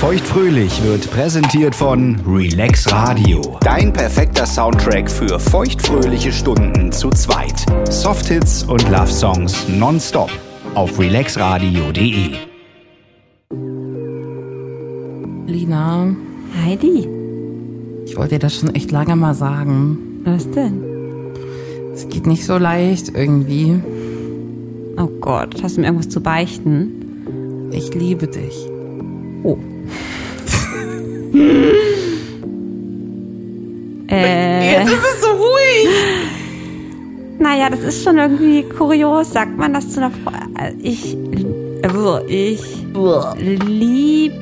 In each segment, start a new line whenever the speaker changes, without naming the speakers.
Feuchtfröhlich wird präsentiert von Relax Radio. Dein perfekter Soundtrack für feuchtfröhliche Stunden zu zweit. Softhits und Love Songs nonstop auf relaxradio.de.
Lina,
Heidi,
ich wollte dir das schon echt lange mal sagen.
was denn?
Es geht nicht so leicht irgendwie.
Oh Gott, hast du mir irgendwas zu beichten?
Ich liebe dich.
Oh. äh,
ist es so ruhig.
naja, das ist schon irgendwie kurios, sagt man das zu einer Frau. Äh, Ich, also ich lieb,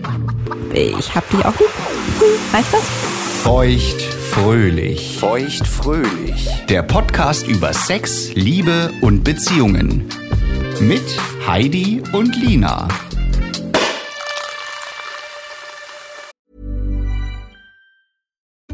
ich hab dich auch lieb. Reicht das?
Feuchtfröhlich. Feuchtfröhlich. Der Podcast über Sex, Liebe und Beziehungen. Mit Heidi und Lina.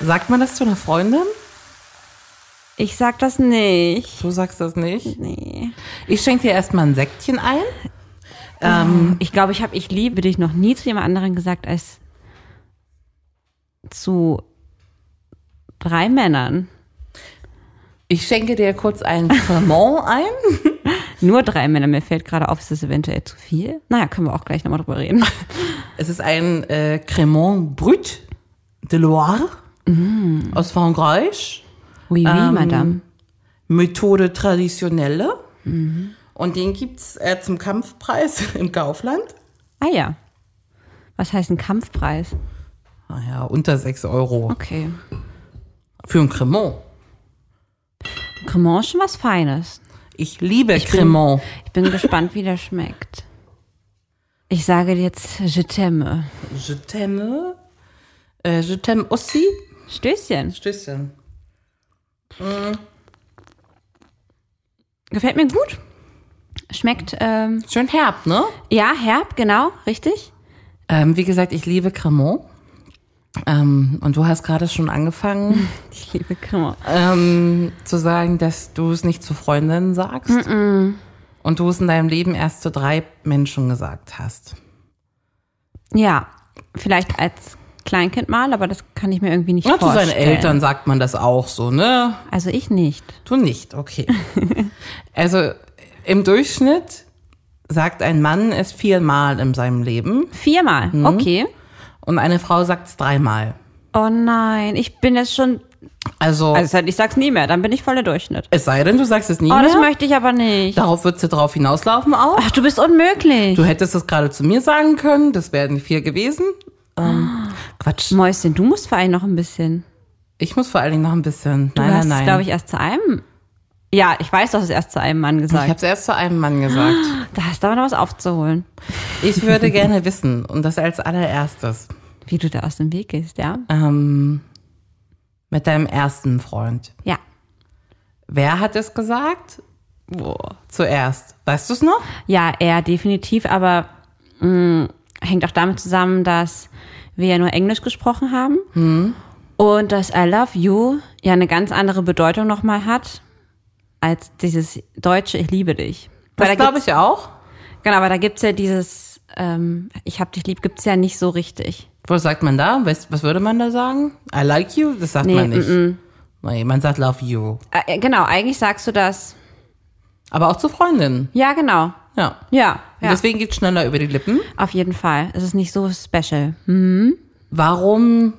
Sagt man das zu einer Freundin?
Ich sag das nicht.
Du sagst das nicht.
Nee.
Ich schenke dir erstmal ein Säckchen ein.
Ich glaube, ich habe ich liebe dich noch nie zu jemand anderem gesagt als zu drei Männern.
Ich schenke dir kurz ein Cremant ein.
Nur drei Männer. Mir fällt gerade auf, ist das eventuell zu viel? Naja, können wir auch gleich nochmal drüber reden.
Es ist ein äh, Cremant Brut de Loire aus Frankreich.
Oui, oui,
Ähm,
Madame.
Methode traditionelle. Und den gibt's äh, zum Kampfpreis im Kaufland.
Ah ja. Was heißt ein Kampfpreis?
Naja, Ah unter 6 Euro.
Okay.
Für ein Cremant.
Cremant ist schon was Feines.
Ich liebe Cremant.
Ich bin gespannt, wie der schmeckt. Ich sage dir jetzt Je t'aime.
Je t'aime. Äh, je t'aime aussi.
Stößchen.
Stößchen.
Gefällt mir gut. Schmeckt, ähm,
Schön herb, ne?
ja, herb, genau, richtig.
Ähm, wie gesagt, ich liebe Cremant. Ähm, und du hast gerade schon angefangen.
Ich liebe Cremant.
ähm, zu sagen, dass du es nicht zu Freundinnen sagst und du es in deinem Leben erst zu drei Menschen gesagt hast.
Ja, vielleicht als Kleinkind mal, aber das kann ich mir irgendwie nicht
Na, zu
vorstellen.
seinen Eltern sagt man das auch so, ne?
Also ich nicht.
Du nicht, okay. also im Durchschnitt sagt ein Mann es viermal in seinem Leben
Viermal, okay.
und eine Frau sagt es dreimal.
Oh nein, ich bin jetzt schon.
Also,
Also ich sag's nie mehr, dann bin ich voll der Durchschnitt.
es sei denn, du sagst es nie
Oh, das
mehr.
möchte ich aber nicht.
Darauf wird sie drauf hinauslaufen auch.
Ach, du bist unmöglich.
Du hättest es gerade zu mir sagen können, das wären vier gewesen.
Ah.
Ähm, Quatsch.
Mäuschen, du musst vor allem noch ein bisschen.
Ich muss vor allen Dingen noch ein bisschen.
Du
Nein,
hast
nein,
es,
nein.
glaube ich, erst zu einem. Ja, ich weiß, du hast es erst zu einem Mann
ich habe
gesagt.
es erst zu einem Mann gesagt.
Da hast du aber noch was aufzuholen.
Ich würde gerne wissen, und das als allererstes,
Wie du da aus dem Weg gehst, ja?
ähm, mit deinem ersten Freund.
Ja.
Wer hat es gesagt? Zuerst. Weißt du es noch?
Ja, er definitiv, aber mh, hängt auch damit zusammen, dass wir ja nur Englisch gesprochen haben
Hm.
und dass I love you ja eine ganz andere Bedeutung nochmal hat als dieses deutsche Ich liebe dich.
Das
Weil da
glaube
gibt's-
ich auch.
Genau, aber da gibt's ja dieses ähm, Ich hab dich lieb, gibt's ja nicht so richtig.
Was sagt man da? Weißt, was würde man da sagen? I like you? Das sagt
Nee,
man nicht. Nee, man sagt love you.
Äh, äh, genau, eigentlich sagst du das.
Aber auch zu Freundinnen.
Ja, genau.
Ja.
Ja,
Und
ja.
deswegen geht es schneller über die Lippen.
auf jeden Fall. Es ist nicht so special.
Warum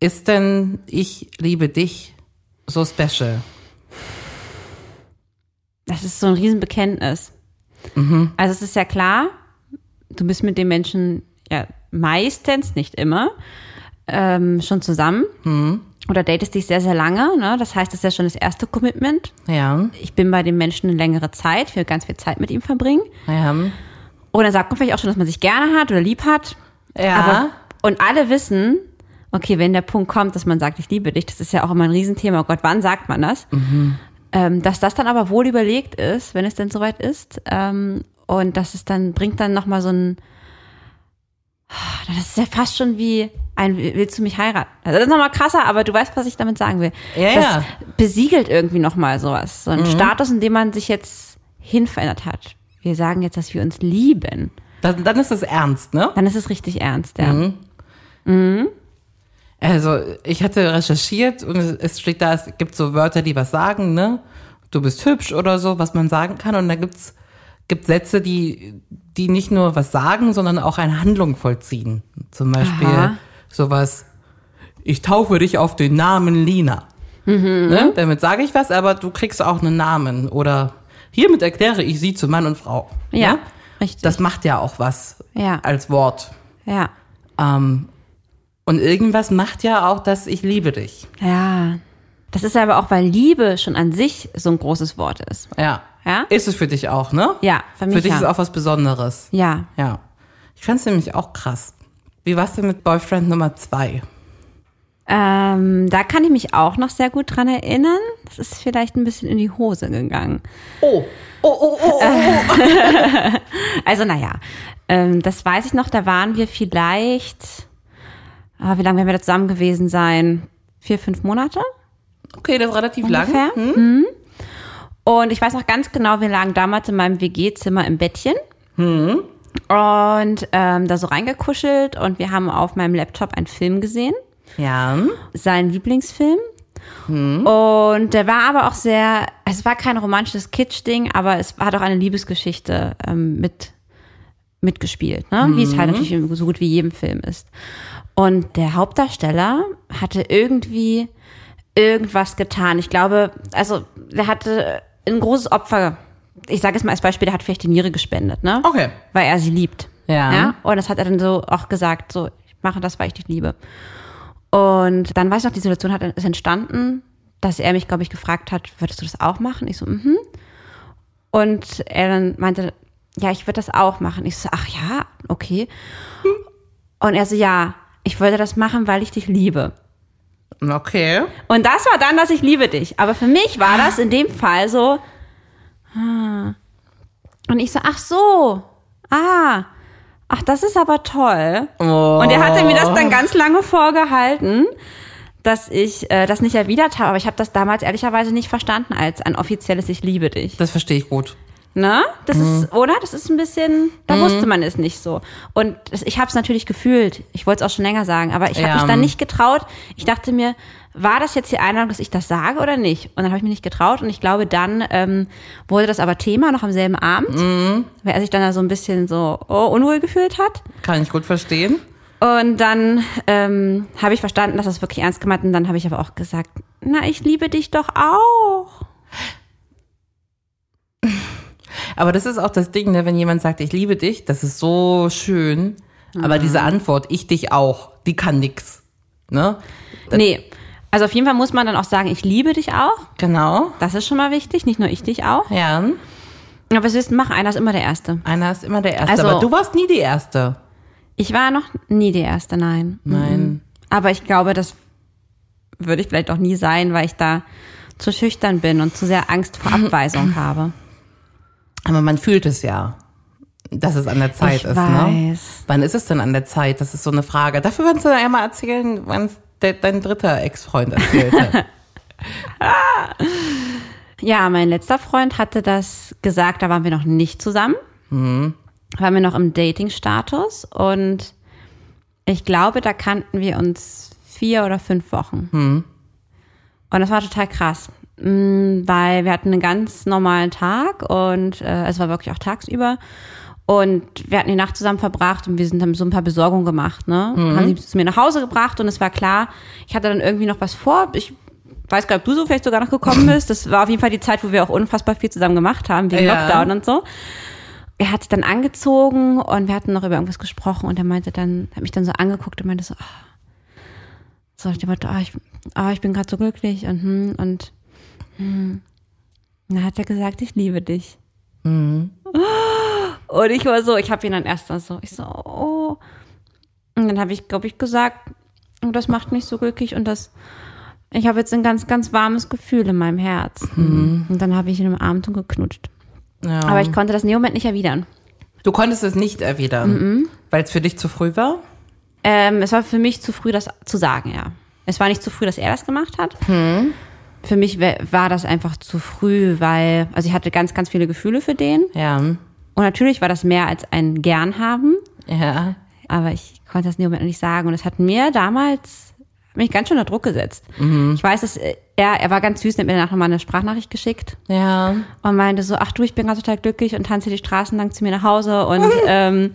ist denn ich liebe dich so special?
Das ist so ein Riesenbekenntnis.
Mhm.
Also es ist ja klar, du bist mit dem Menschen ja meistens, nicht immer, ähm, schon zusammen
Mhm.
oder datest dich sehr, sehr lange. Ne? Das heißt, das ist ja schon das erste Commitment.
Ja.
Ich bin bei dem Menschen eine längere Zeit, ich will ganz viel Zeit mit ihm verbringen.
Ja.
Und dann sagt man vielleicht auch schon, dass man sich gerne hat oder lieb hat.
Ja.
Aber, und alle wissen, okay, wenn der Punkt kommt, dass man sagt, ich liebe dich, das ist ja auch immer ein Riesenthema. Oh Gott, wann sagt man das?
Mhm.
Ähm, dass das dann aber wohl überlegt ist, wenn es denn soweit ist. Ähm, und dass es dann bringt dann nochmal so ein, das ist ja fast schon wie ein, willst du mich heiraten? Also das ist nochmal krasser, aber du weißt, was ich damit sagen will.
Ja, Mhm.
das
ja.
besiegelt irgendwie nochmal sowas. So einen Status, in dem man sich jetzt hin verändert hat. Wir sagen jetzt, dass wir uns lieben.
Dann, dann ist es ernst, ne?
Dann ist es richtig ernst,
Mhm.
ja.
Also, ich hatte recherchiert und es- es steht da, es gibt so Wörter, die was sagen, ne? Du bist hübsch oder so, was man sagen kann. Und da gibt's gibt Sätze, die, die nicht nur was sagen, sondern auch eine Handlung vollziehen. Zum Beispiel
Aha.
sowas, ich taufe dich auf den Namen Lina.
Mhm.
Ne? Damit sage ich was, aber du kriegst auch einen Namen. Oder hiermit erkläre ich sie zu Mann und Frau.
Ja,
Ne?
richtig.
Das macht ja auch was
Ja.
als Wort.
Ja.
Ähm, und irgendwas macht ja auch, dass ich liebe dich.
Ja. Das ist aber auch, weil Liebe schon an sich so ein großes Wort ist.
Ja.
Ja?
Ist es für dich auch, ne?
Ja, für mich
Für dich
ja.
ist auch was Besonderes.
Ja.
Ja. Ich fand's nämlich auch krass. Wie war's denn mit Boyfriend Nummer zwei?
Ähm, da kann ich mich auch noch sehr gut dran erinnern. Das ist vielleicht ein bisschen in die Hose gegangen.
Oh, oh, oh, oh.
Also naja, ähm, das weiß ich noch, da waren wir vielleicht, ah, wie lange werden wir da zusammen gewesen sein? Vier, fünf Monate
Okay, das ist relativ lang. Hm?
ungefähr. Mhm. Und ich weiß noch ganz genau, wir lagen damals in meinem WG-Zimmer im Bettchen. Und ähm, da so reingekuschelt und wir haben auf meinem Laptop einen Film gesehen,
Ja.
seinen Lieblingsfilm. Und der war aber auch sehr, also es war kein romantisches Kitsch-Ding, aber es hat auch eine Liebesgeschichte ähm, mit mitgespielt, ne? wie es halt natürlich in so gut wie jedem Film ist. Und der Hauptdarsteller hatte irgendwie irgendwas getan. Ich glaube, also der hatte ein großes Opfer. Ich sage es mal als Beispiel, der hat vielleicht die Niere gespendet, ne?
Okay.
Weil er sie liebt.
Ja.
Und das hat er dann so auch gesagt, so ich mache das, weil ich dich liebe. Und dann weiß ich noch, die Situation hat, ist entstanden, dass er mich, glaube ich, gefragt hat, würdest du das auch machen? Ich so, mhm. Und er dann meinte, ja, ich würde das auch machen. Ich so, ach ja, okay. Und er so, ja, ich würde das machen, weil ich dich liebe.
Okay.
Und das war dann, dass ich liebe dich. Aber für mich war das in dem Fall so. ah. Und ich so, ach so, ah, ach, das ist aber toll. Und er hatte mir das dann ganz lange vorgehalten, dass ich äh, das nicht erwidert habe. Aber ich habe das damals ehrlicherweise nicht verstanden als ein offizielles Ich liebe dich.
Das verstehe ich gut.
Ne? Das ist, oder? Das ist ein bisschen, da wusste man es nicht so. Und das, ich habe es natürlich gefühlt. Ich wollte es auch schon länger sagen, aber ich habe
Ja.
mich dann nicht getraut. Ich dachte mir, war das jetzt die Einladung, dass ich das sage oder nicht? Und dann habe ich mich nicht getraut und ich glaube, dann ähm, wurde das aber Thema noch am selben Abend, weil er sich dann da so ein bisschen so oh, unwohl gefühlt hat.
Kann ich gut verstehen.
Und dann ähm, habe ich verstanden, dass das wirklich ernst gemeint und dann habe ich aber auch gesagt, na, ich liebe dich doch auch.
Aber das ist auch das Ding, ne, wenn jemand sagt, ich liebe dich, das ist so schön.
Mhm.
Aber diese Antwort, ich dich auch, die kann nix. Ne?
Nee. Also auf jeden Fall muss man dann auch sagen, ich liebe dich auch.
Genau.
Das ist schon mal wichtig, nicht nur ich dich auch.
Ja.
Aber was willst du machen? Einer ist immer der Erste.
Einer ist immer der Erste.
Also-
aber du warst nie die Erste.
Ich war noch nie der Erste, nein.
Nein.
Aber ich glaube, das würde ich vielleicht auch nie sein, weil ich da zu schüchtern bin und zu sehr Angst vor Abweisung habe.
Aber man fühlt es ja, dass es an der Zeit
Ich
ist, ne?
weiß.
Wann ist es denn an der Zeit? Das ist so eine Frage. Dafür kannst du ja mal erzählen, wann es de dein dritter Ex-Freund erzählt hat.
Ja, mein letzter Freund hatte das gesagt, da waren wir noch nicht zusammen. Waren wir noch im Dating-Status und ich glaube, da kannten wir uns vier oder fünf Wochen. Und das war total krass, mm, weil wir hatten einen ganz normalen Tag und äh, es war wirklich auch tagsüber. Und wir hatten die Nacht zusammen verbracht und wir sind haben so ein paar Besorgungen gemacht, ne? Haben sie zu mir nach Hause gebracht und es war klar, ich hatte dann irgendwie noch was vor. Ich weiß gar nicht, ob du so vielleicht sogar noch gekommen bist. Das war auf jeden Fall die Zeit, wo wir auch unfassbar viel zusammen gemacht haben, wegen
Ja.
Lockdown und so. Er hat sich dann angezogen und wir hatten noch über irgendwas gesprochen und er meinte dann, hat mich dann so angeguckt und meinte so, ah, so ich dachte, ah, ich, ah, ich bin gerade so glücklich und hm, und hm. dann hat er gesagt, ich liebe dich. Und ich war so, ich habe ihn dann erst mal so, ich so, oh. Und dann habe ich, glaube ich, gesagt, oh, das macht mich so glücklich und das, ich habe jetzt ein ganz, ganz warmes Gefühl in meinem Herz. Und dann habe ich ihn umarmt und geknutscht.
Ja.
Aber ich konnte das in dem Moment nicht erwidern.
du konntest es nicht erwidern, weil es für dich zu früh war.
Ähm, es war für mich zu früh, das zu sagen, ja. Es war nicht zu früh, dass er das gemacht hat. Für mich wär- war das einfach zu früh, weil, also ich hatte ganz, ganz viele Gefühle für den.
Ja.
Und natürlich war das mehr als ein Gern haben.
Ja.
aber ich konnte das in dem Moment noch nicht sagen. Und das hat mir damals mich ganz schön unter Druck gesetzt. Ich weiß, dass er, er war ganz süß, und hat mir danach nochmal eine Sprachnachricht geschickt
Ja.
und meinte so, ach du, ich bin gerade total glücklich und tanze die Straßen lang zu mir nach Hause und ähm,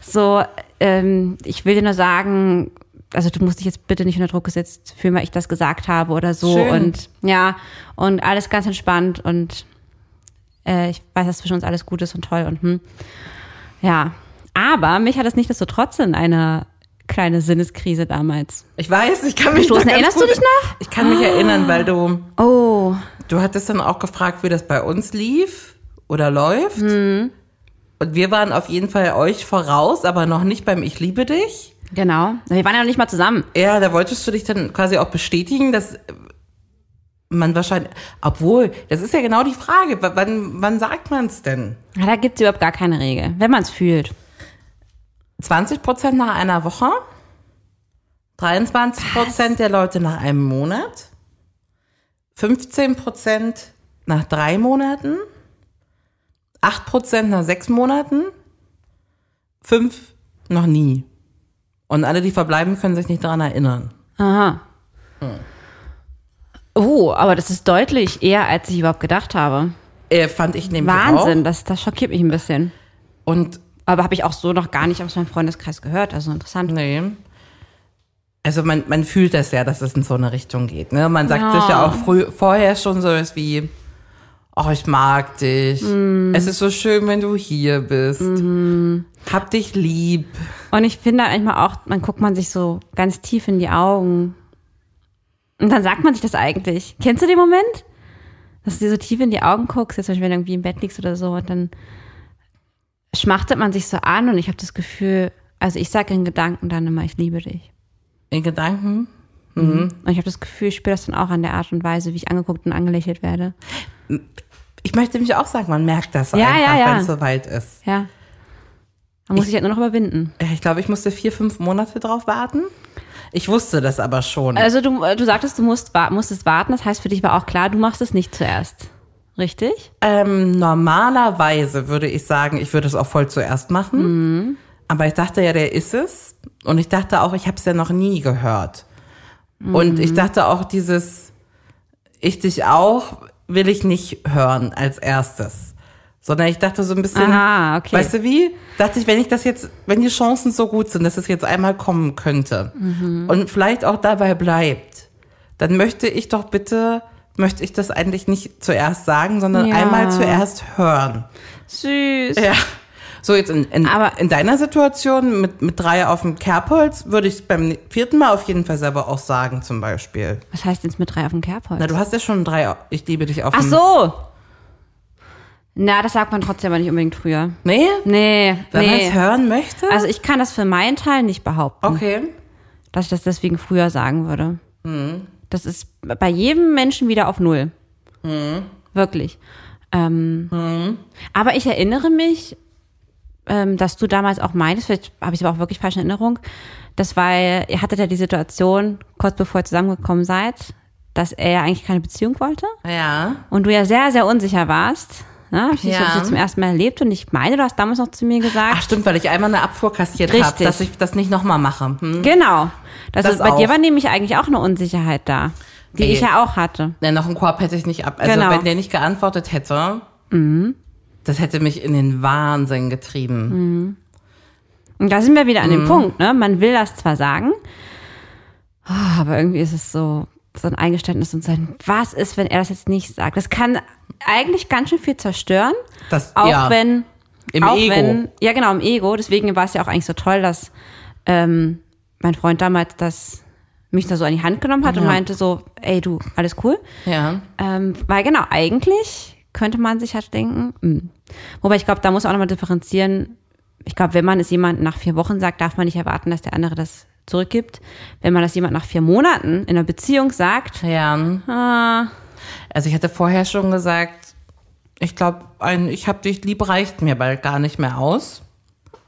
so, ähm, ich will dir nur sagen, also du musst dich jetzt bitte nicht unter Druck gesetzt fühlen, weil ich das gesagt habe oder so
Schön.
und ja und alles ganz entspannt und äh, ich weiß, dass zwischen uns alles gut ist und toll und hm. ja, aber mich hat es nicht desto trotz in eine kleine Sinneskrise damals.
Ich weiß, ich kann mich
Stoßen,
da ganz
erinnerst du
gut-
dich noch? Ah.
Ich kann mich erinnern, weil du
Oh,
Du hattest dann auch gefragt, wie das bei uns lief oder läuft.
Mm.
Und wir waren auf jeden Fall euch voraus, aber noch nicht beim Ich liebe dich.
genau. Wir waren ja noch nicht mal zusammen.
Ja, da wolltest du dich dann quasi auch bestätigen, dass man wahrscheinlich, obwohl, das ist ja genau die Frage, w- wann, wann sagt man es denn?
Ja, Da gibt's überhaupt gar keine Regel, wenn man es fühlt.
20 Prozent nach einer Woche, 23 Prozent der Leute nach einem Monat, 15 Prozent nach drei Monaten, 8 Prozent nach sechs Monaten, 5 noch nie. Und alle, die verbleiben, können sich nicht daran erinnern.
Aha. Oh, aber das ist deutlich eher, als ich überhaupt gedacht habe.
Äh, fand ich nämlich
Wahnsinn, das, das schockiert mich ein bisschen.
auch. Und
Aber habe ich auch so noch gar nicht aus meinem Freundeskreis gehört. Also interessant.
Nee. Also man, man fühlt das ja, dass es in so eine Richtung geht. Ne? Man sagt sich ja auch früh, vorher schon sowas wie, oh, ich mag dich.
Mhm.
Es ist so schön, wenn du hier bist. Hab dich lieb.
Und ich finde halt manchmal auch, man guckt man sich so ganz tief in die Augen. Und dann sagt man sich das eigentlich. Kennst du den Moment? Dass du dir so tief in die Augen guckst, jetzt zum Beispiel, wenn du irgendwie im Bett liegst oder so, und dann schmachtet man sich so an und ich habe das Gefühl, also ich sage in Gedanken dann immer, ich liebe dich.
In Gedanken.
Und ich habe das Gefühl, ich spüre das dann auch an der Art und Weise, wie ich angeguckt und angelächelt werde.
Ich möchte mich auch sagen, man merkt das
Ja,
einfach,
ja, ja.
wenn es soweit ist.
Ja. Man muss sich halt nur noch überwinden.
Ja, Ich glaube, ich musste vier, fünf Monate drauf warten. Ich wusste das aber schon.
Also du, äh, du sagtest, du musst, wa- musstest warten. Das heißt, für dich war auch klar, du machst es nicht zuerst. Richtig?
Ähm, normalerweise würde ich sagen, ich würde es auch voll zuerst machen.
Mhm.
Aber ich dachte ja, der ist es. Und ich dachte auch, ich habe es ja noch nie gehört. Und
Mhm.
ich dachte auch, dieses Ich dich auch will ich nicht hören als erstes. Sondern ich dachte so ein bisschen,
Aha, okay.
weißt du wie? Dachte ich, wenn ich das jetzt, wenn die Chancen so gut sind, dass es jetzt einmal kommen könnte und vielleicht auch dabei bleibt, dann möchte ich doch bitte, möchte ich das eigentlich nicht zuerst sagen, sondern
Ja.
einmal zuerst hören.
Süß.
Ja. So, jetzt in, in,
Aber-
in deiner Situation mit, mit drei auf dem Kerbholz würde ich beim vierten Mal auf jeden Fall selber auch sagen, zum Beispiel.
Was heißt jetzt mit drei auf dem Kerbholz?
Na, du hast ja schon drei, au- ich liebe dich auf
Ach
dem-
so. Na, das sagt man trotzdem aber nicht unbedingt früher.
Nee?
Nee,
Wenn man es
nee.
hören möchte?
Also ich kann das für meinen Teil nicht behaupten,
okay.
dass ich das deswegen früher sagen würde.
Mhm.
Das ist bei jedem Menschen wieder auf Null.
Mhm.
Wirklich. Ähm, Aber ich erinnere mich, ähm, dass du damals auch meintest, vielleicht habe ich es aber auch wirklich falsch in Erinnerung, dass weil ihr hattet ja die Situation, kurz bevor ihr zusammengekommen seid, dass er ja eigentlich keine Beziehung wollte
Ja.
und du ja sehr, sehr unsicher warst. Ne? Ich
Ja.
habe dich zum ersten Mal erlebt und ich meine, du hast damals noch zu mir gesagt.
Ach stimmt, weil ich einmal eine Abfuhr kassiert habe,
Richtig.
dass ich das nicht nochmal mache. Hm?
Genau. Das,
Das
ist, bei
auch.
dir war nämlich eigentlich auch eine Unsicherheit da, die
Nee.
ich ja auch hatte.
Ne, noch einen Korb hätte ich nicht ab. Also
Genau. Mhm.
wenn der nicht geantwortet hätte, das hätte mich in den Wahnsinn getrieben.
Und da sind wir wieder an
Mhm.
dem Punkt, ne? Man will das zwar sagen, ah, aber irgendwie ist es so, so ein Eingeständnis und so ein, was ist, wenn er das jetzt nicht sagt? Das kann eigentlich ganz schön viel zerstören,
Das
auch
ja,
wenn
im
auch
Ego.
Wenn, ja, genau, im Ego. Deswegen war es ja auch eigentlich so toll, dass ähm, mein Freund damals das mich da so an die Hand genommen hat und meinte so, ey du, alles cool.
ja.
Ähm, weil genau, eigentlich könnte man sich halt denken. Hm. Wobei ich glaube, da muss man auch nochmal differenzieren. Ich glaube, wenn man es jemandem nach vier Wochen sagt, darf man nicht erwarten, dass der andere das zurückgibt. Wenn man das jemand nach vier Monaten in einer Beziehung sagt, ah,
Ja. Also ich hatte vorher schon gesagt, ich glaube, ein Ich hab dich lieb reicht mir bald gar nicht mehr aus.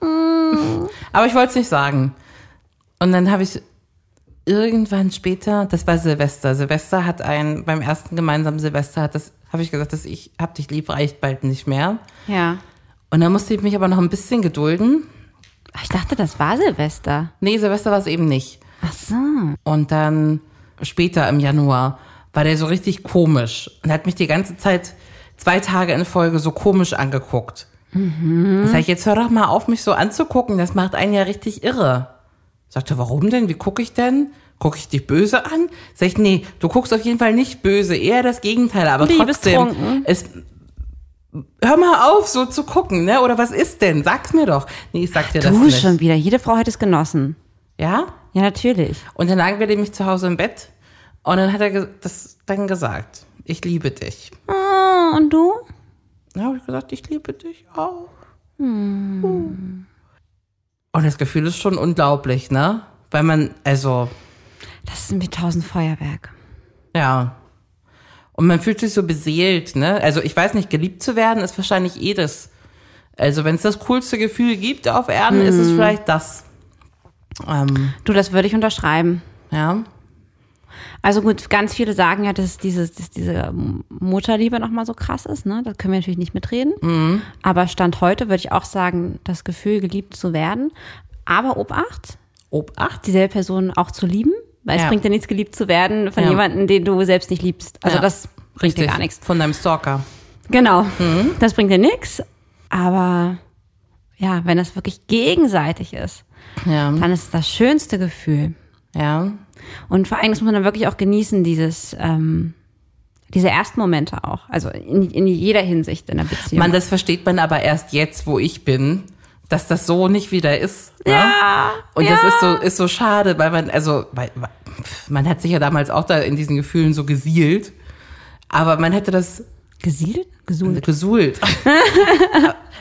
Aber ich wollte es nicht sagen. Und dann habe ich irgendwann später, das war Silvester. Silvester hat ein, beim ersten gemeinsamen Silvester hat das, habe ich gesagt, dass ich hab dich lieb reicht bald nicht mehr.
ja.
Und dann musste ich mich aber noch ein bisschen gedulden.
Ach, Ich dachte, das war Silvester.
Nee, Silvester war es eben nicht.
Ach so.
Und dann später im Januar war der so richtig komisch und hat mich die ganze Zeit zwei Tage in Folge so komisch angeguckt. Mhm. Sag ich, jetzt hör doch mal auf, mich so anzugucken, das macht einen ja richtig irre. Sagte, warum denn? Wie gucke ich denn? Gucke ich dich böse an? Sag ich, nee, du guckst auf jeden Fall nicht böse, eher das Gegenteil, aber trotzdem.
Liebestrunken.
Es, hör mal auf, so zu gucken, ne? Oder was ist denn? Sag's mir doch. Nee, ich sag dir das
Du
nicht.
schon wieder. Jede Frau hätte es genossen.
Ja?
Ja, natürlich.
Und dann lagen wir nämlich zu Hause im Bett und dann hat er ge- das dann gesagt, ich liebe dich.
Ah, und du?
Dann habe ich gesagt, ich liebe dich auch.
Hm.
Und das Gefühl ist schon unglaublich, ne? Weil man, also,
Das ist wie tausend Feuerwerk.
ja. Und man fühlt sich so beseelt, ne? Also ich weiß nicht, geliebt zu werden ist wahrscheinlich eh das. Also wenn es das coolste Gefühl gibt auf Erden, ist
Hm.
es vielleicht das. Ähm,
Du, das würde ich unterschreiben.
ja.
Also gut, ganz viele sagen ja, dass, dieses, dass diese Mutterliebe nochmal so krass ist. Ne? Da können wir natürlich nicht mitreden.
Mhm.
Aber Stand heute würde ich auch sagen, das Gefühl, geliebt zu werden. Aber Obacht,
Obacht.
dieselbe Person auch zu lieben. Weil
Ja.
es bringt ja nichts, geliebt zu werden von
Ja.
jemandem, den du selbst nicht liebst. Also
Ja,
das bringt dir gar nichts.
Von deinem Stalker.
Genau,
Mhm.
das bringt dir nichts. Aber ja, wenn das wirklich gegenseitig ist,
Ja.
dann ist es das schönste Gefühl.
Ja.
Und vor allem das muss man dann wirklich auch genießen, dieses, ähm, diese ersten Momente auch. Also in, in jeder Hinsicht in der Beziehung.
Man, das versteht man aber erst jetzt, wo ich bin, dass das so nicht wieder ist. Ne? Ja. Und das ist so, ist so schade, weil man, also, weil, weil- pf, man hat sich ja damals auch da in diesen Gefühlen so gesielt. Aber man hätte das
gesiedelt? Gesund.
gesuhlt.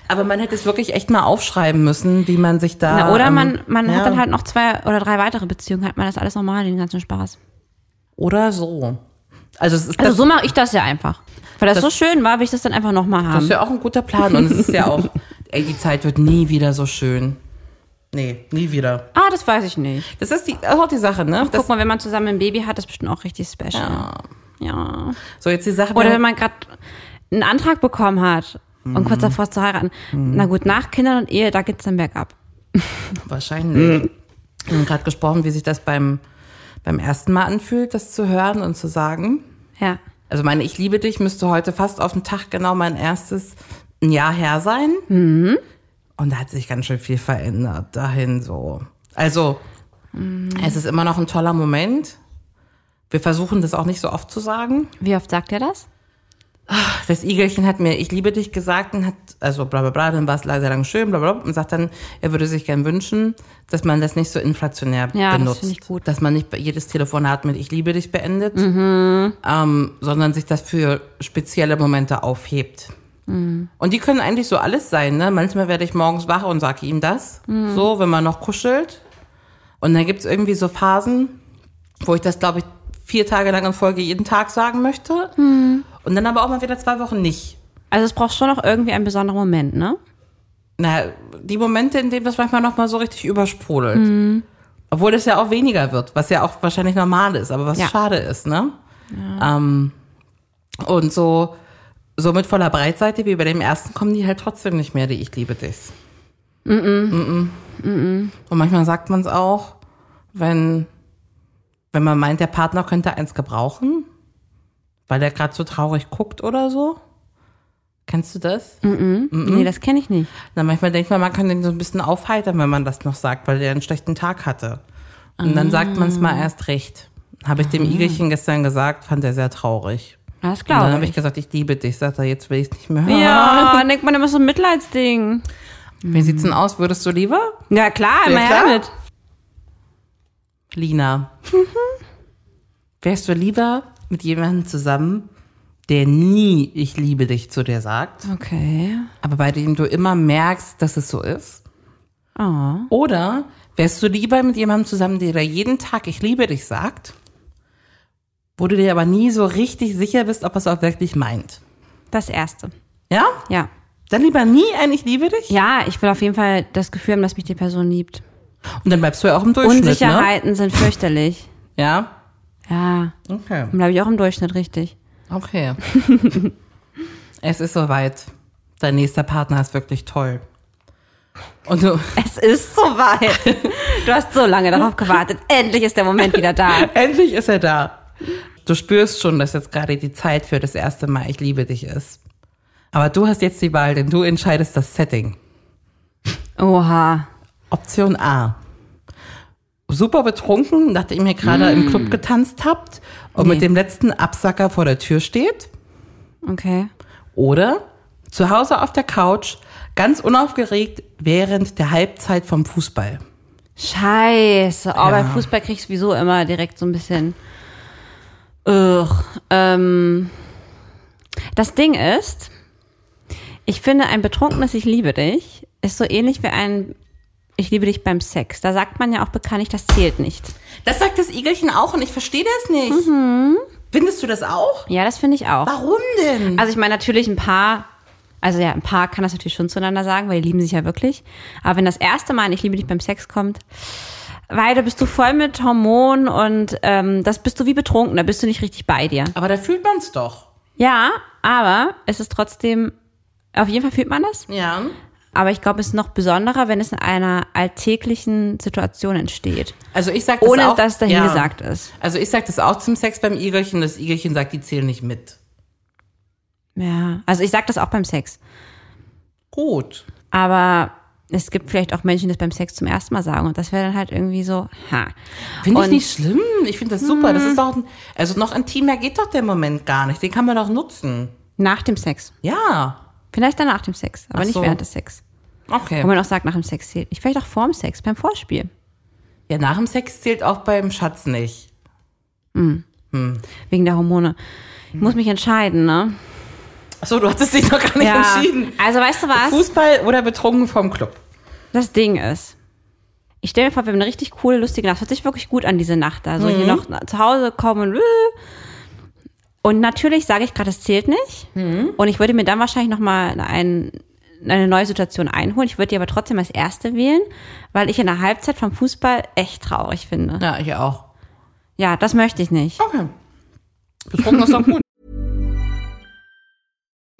aber man hätte es wirklich echt mal aufschreiben müssen, wie man sich da.
Na, oder
ähm,
man, man
ja.
hat dann halt noch zwei oder drei weitere Beziehungen, hat man das alles nochmal, den ganzen Spaß.
Oder so. Also, es ist,
Also
das,
so mache ich das ja einfach. Weil das, so schön war, will ich das dann einfach nochmal
das
haben.
ist ja auch ein guter Plan. Und es ist ja auch, ey, die Zeit wird nie wieder so schön. Nee, nie wieder.
ah, das weiß ich nicht.
Das ist, die, das ist auch die Sache, ne? das,
Guck mal, wenn man zusammen ein Baby hat, das ist bestimmt auch richtig special. Ja. ja.
so, jetzt die Sache.
Oder wenn man gerade einen Antrag bekommen hat
Mhm.
und kurz davor ist zu heiraten. Na gut, nach Kindern und Ehe, da geht's dann bergab.
Wahrscheinlich. Wir haben gerade gesprochen, wie sich das beim, beim ersten Mal anfühlt, das zu hören und zu sagen.
Ja.
Also meine Ich liebe dich müsste heute fast auf den Tag genau mein erstes ein Jahr her sein.
Mhm.
Und da hat sich ganz schön viel verändert dahin so. Also
Mhm.
es ist immer noch ein toller Moment. Wir versuchen das auch nicht so oft zu sagen.
Wie oft sagt er das?
das Igelchen hat mir, ich liebe dich gesagt und hat, also bla bla bla, dann war es leider lang schön, bla bla, bla, und sagt dann, er würde sich gern wünschen, dass man das nicht so inflationär
Ja, das
benutzt.
finde ich gut.
Dass man nicht bei- jedes Telefonat mit ich liebe dich beendet, ähm, sondern sich das für spezielle Momente aufhebt.
Mhm.
Und die können eigentlich so alles sein, ne? Manchmal werde ich morgens wach und sage ihm das,
Mhm.
so, wenn man noch kuschelt. Und dann gibt's irgendwie so Phasen, wo ich das, glaube ich, vier Tage lang in Folge jeden Tag sagen möchte. Und dann aber auch mal wieder zwei Wochen nicht.
Also es braucht schon noch irgendwie einen besonderen Moment, ne?
Na, die Momente, in denen das manchmal nochmal so richtig übersprudelt. Obwohl das ja auch weniger wird, was ja auch wahrscheinlich normal ist, aber was
Ja.
schade ist, ne? Ähm, und so, so mit voller Breitseite wie bei dem ersten kommen die halt trotzdem nicht mehr, die ich liebe dich. Mm -mm. Und manchmal sagt man es auch, wenn, wenn man meint, der Partner könnte eins gebrauchen, weil der gerade so traurig guckt oder so. Kennst du das? Mhm.
Nee, das kenne ich nicht.
Na, manchmal denkt man, man kann den so ein bisschen aufheitern, wenn man das noch sagt, weil der einen schlechten Tag hatte. Und dann sagt man es mal erst recht. Habe ich dem
Ah.
Igelchen gestern gesagt, fand er sehr traurig.
Das
Und dann
glaube
habe ich
ich.
gesagt, ich liebe dich. Sagt er, jetzt will ich es nicht mehr hören.
Ja, dann denkt man immer so ein Mitleidsding.
Wie sieht's denn aus? Würdest du lieber?
Ja klar, immer
Ja,
her
klar.
damit.
Lina. Wärst du lieber mit jemandem zusammen, der nie ich liebe dich zu dir sagt,
Okay.
aber bei dem du immer merkst, dass es so ist.
Oh,
Oder wärst du lieber mit jemandem zusammen, der dir jeden Tag ich liebe dich sagt, wo du dir aber nie so richtig sicher bist, ob er es auch wirklich meint.
Das erste.
Ja?
Ja.
Dann lieber nie ein ich liebe dich.
Ja, ich will auf jeden Fall das Gefühl haben, dass mich die Person liebt.
Und dann bleibst du ja auch im Durchschnitt,
Unsicherheiten sind fürchterlich.
ne? Ja.
Ja.
Okay.
Dann bleibe ich auch im Durchschnitt richtig.
Okay. es ist soweit. Dein nächster Partner ist wirklich toll. Und du,
Es ist soweit. Du hast so lange darauf gewartet. Endlich ist der Moment wieder da.
endlich ist er da. Du spürst schon, dass jetzt gerade die Zeit für das erste Mal Ich liebe dich ist. Aber du hast jetzt die Wahl, denn du entscheidest das Setting.
Oha.
Option A. Super betrunken, nachdem ihr gerade im Club getanzt habt und mit
Nee.
dem letzten Absacker vor der Tür steht.
Okay.
Oder zu Hause auf der Couch, ganz unaufgeregt während der Halbzeit vom Fußball.
Scheiße. Oh, bei Fußball kriegst du wieso immer direkt so ein bisschen. Ugh. Ähm, das Ding ist, ich finde, ein betrunkenes Ich liebe dich ist so ähnlich wie ein Ich liebe dich beim Sex. Da sagt man ja auch bekanntlich, das zählt nicht.
Das sagt das Igelchen auch und ich verstehe das nicht. Findest du das auch?
Ja, das finde ich auch.
Warum denn?
Also ich meine natürlich ein paar, also ja, ein paar kann das natürlich schon zueinander sagen, weil die lieben sich ja wirklich. Aber wenn das erste Mal ein ich liebe dich beim Sex kommt, weil da bist du voll mit Hormonen und ähm, das bist du wie betrunken, da bist du nicht richtig bei dir.
Aber da fühlt man es doch.
Ja, aber es ist trotzdem, auf jeden Fall fühlt man das.
Ja.
Aber ich glaube, es ist noch besonderer, wenn es in einer alltäglichen Situation entsteht.
Also ich sag das
Ohne
auch,
dass dahin gesagt ist.
Also ich sag das auch zum Sex beim Igelchen. Das Igelchen sagt, die zählen nicht mit.
Ja. Also ich sage das auch beim Sex.
Gut.
Aber es gibt vielleicht auch Menschen, die das beim Sex zum ersten Mal sagen. Und das wäre dann halt irgendwie so, ha.
Finde ich
Und-
nicht schlimm. Ich finde das super. Das ist doch, ein- also noch intimer geht doch der Moment gar nicht. Den kann man doch nutzen.
Nach dem Sex.
Ja.
Vielleicht dann nach dem Sex, aber
Ach
nicht
so.
während des Sex.
Okay.
Wo man auch sagt, nach dem Sex zählt. nicht. vielleicht auch vorm Sex, beim Vorspiel.
Ja, nach dem Sex zählt auch beim Schatz nicht.
Wegen der Hormone. Ich muss mich entscheiden, ne?
Achso, du hattest dich noch gar nicht entschieden.
Also weißt du was?
Fußball oder betrunken vom Club?
Das Ding ist, ich stelle mir vor, wir haben eine richtig coole, lustige Nacht. Hört sich wirklich gut an, diese Nacht da. So
Mhm.
hier noch na- zu Hause kommen. und, äh. Und natürlich sage ich gerade, es zählt nicht.
Mhm.
Und ich würde mir dann wahrscheinlich nochmal ein, eine neue Situation einholen. Ich würde die aber trotzdem als erste wählen, weil ich in der Halbzeit vom Fußball echt traurig finde.
Ja, ich auch.
Ja, das möchte ich nicht.
Okay. Betrunken ist doch gut.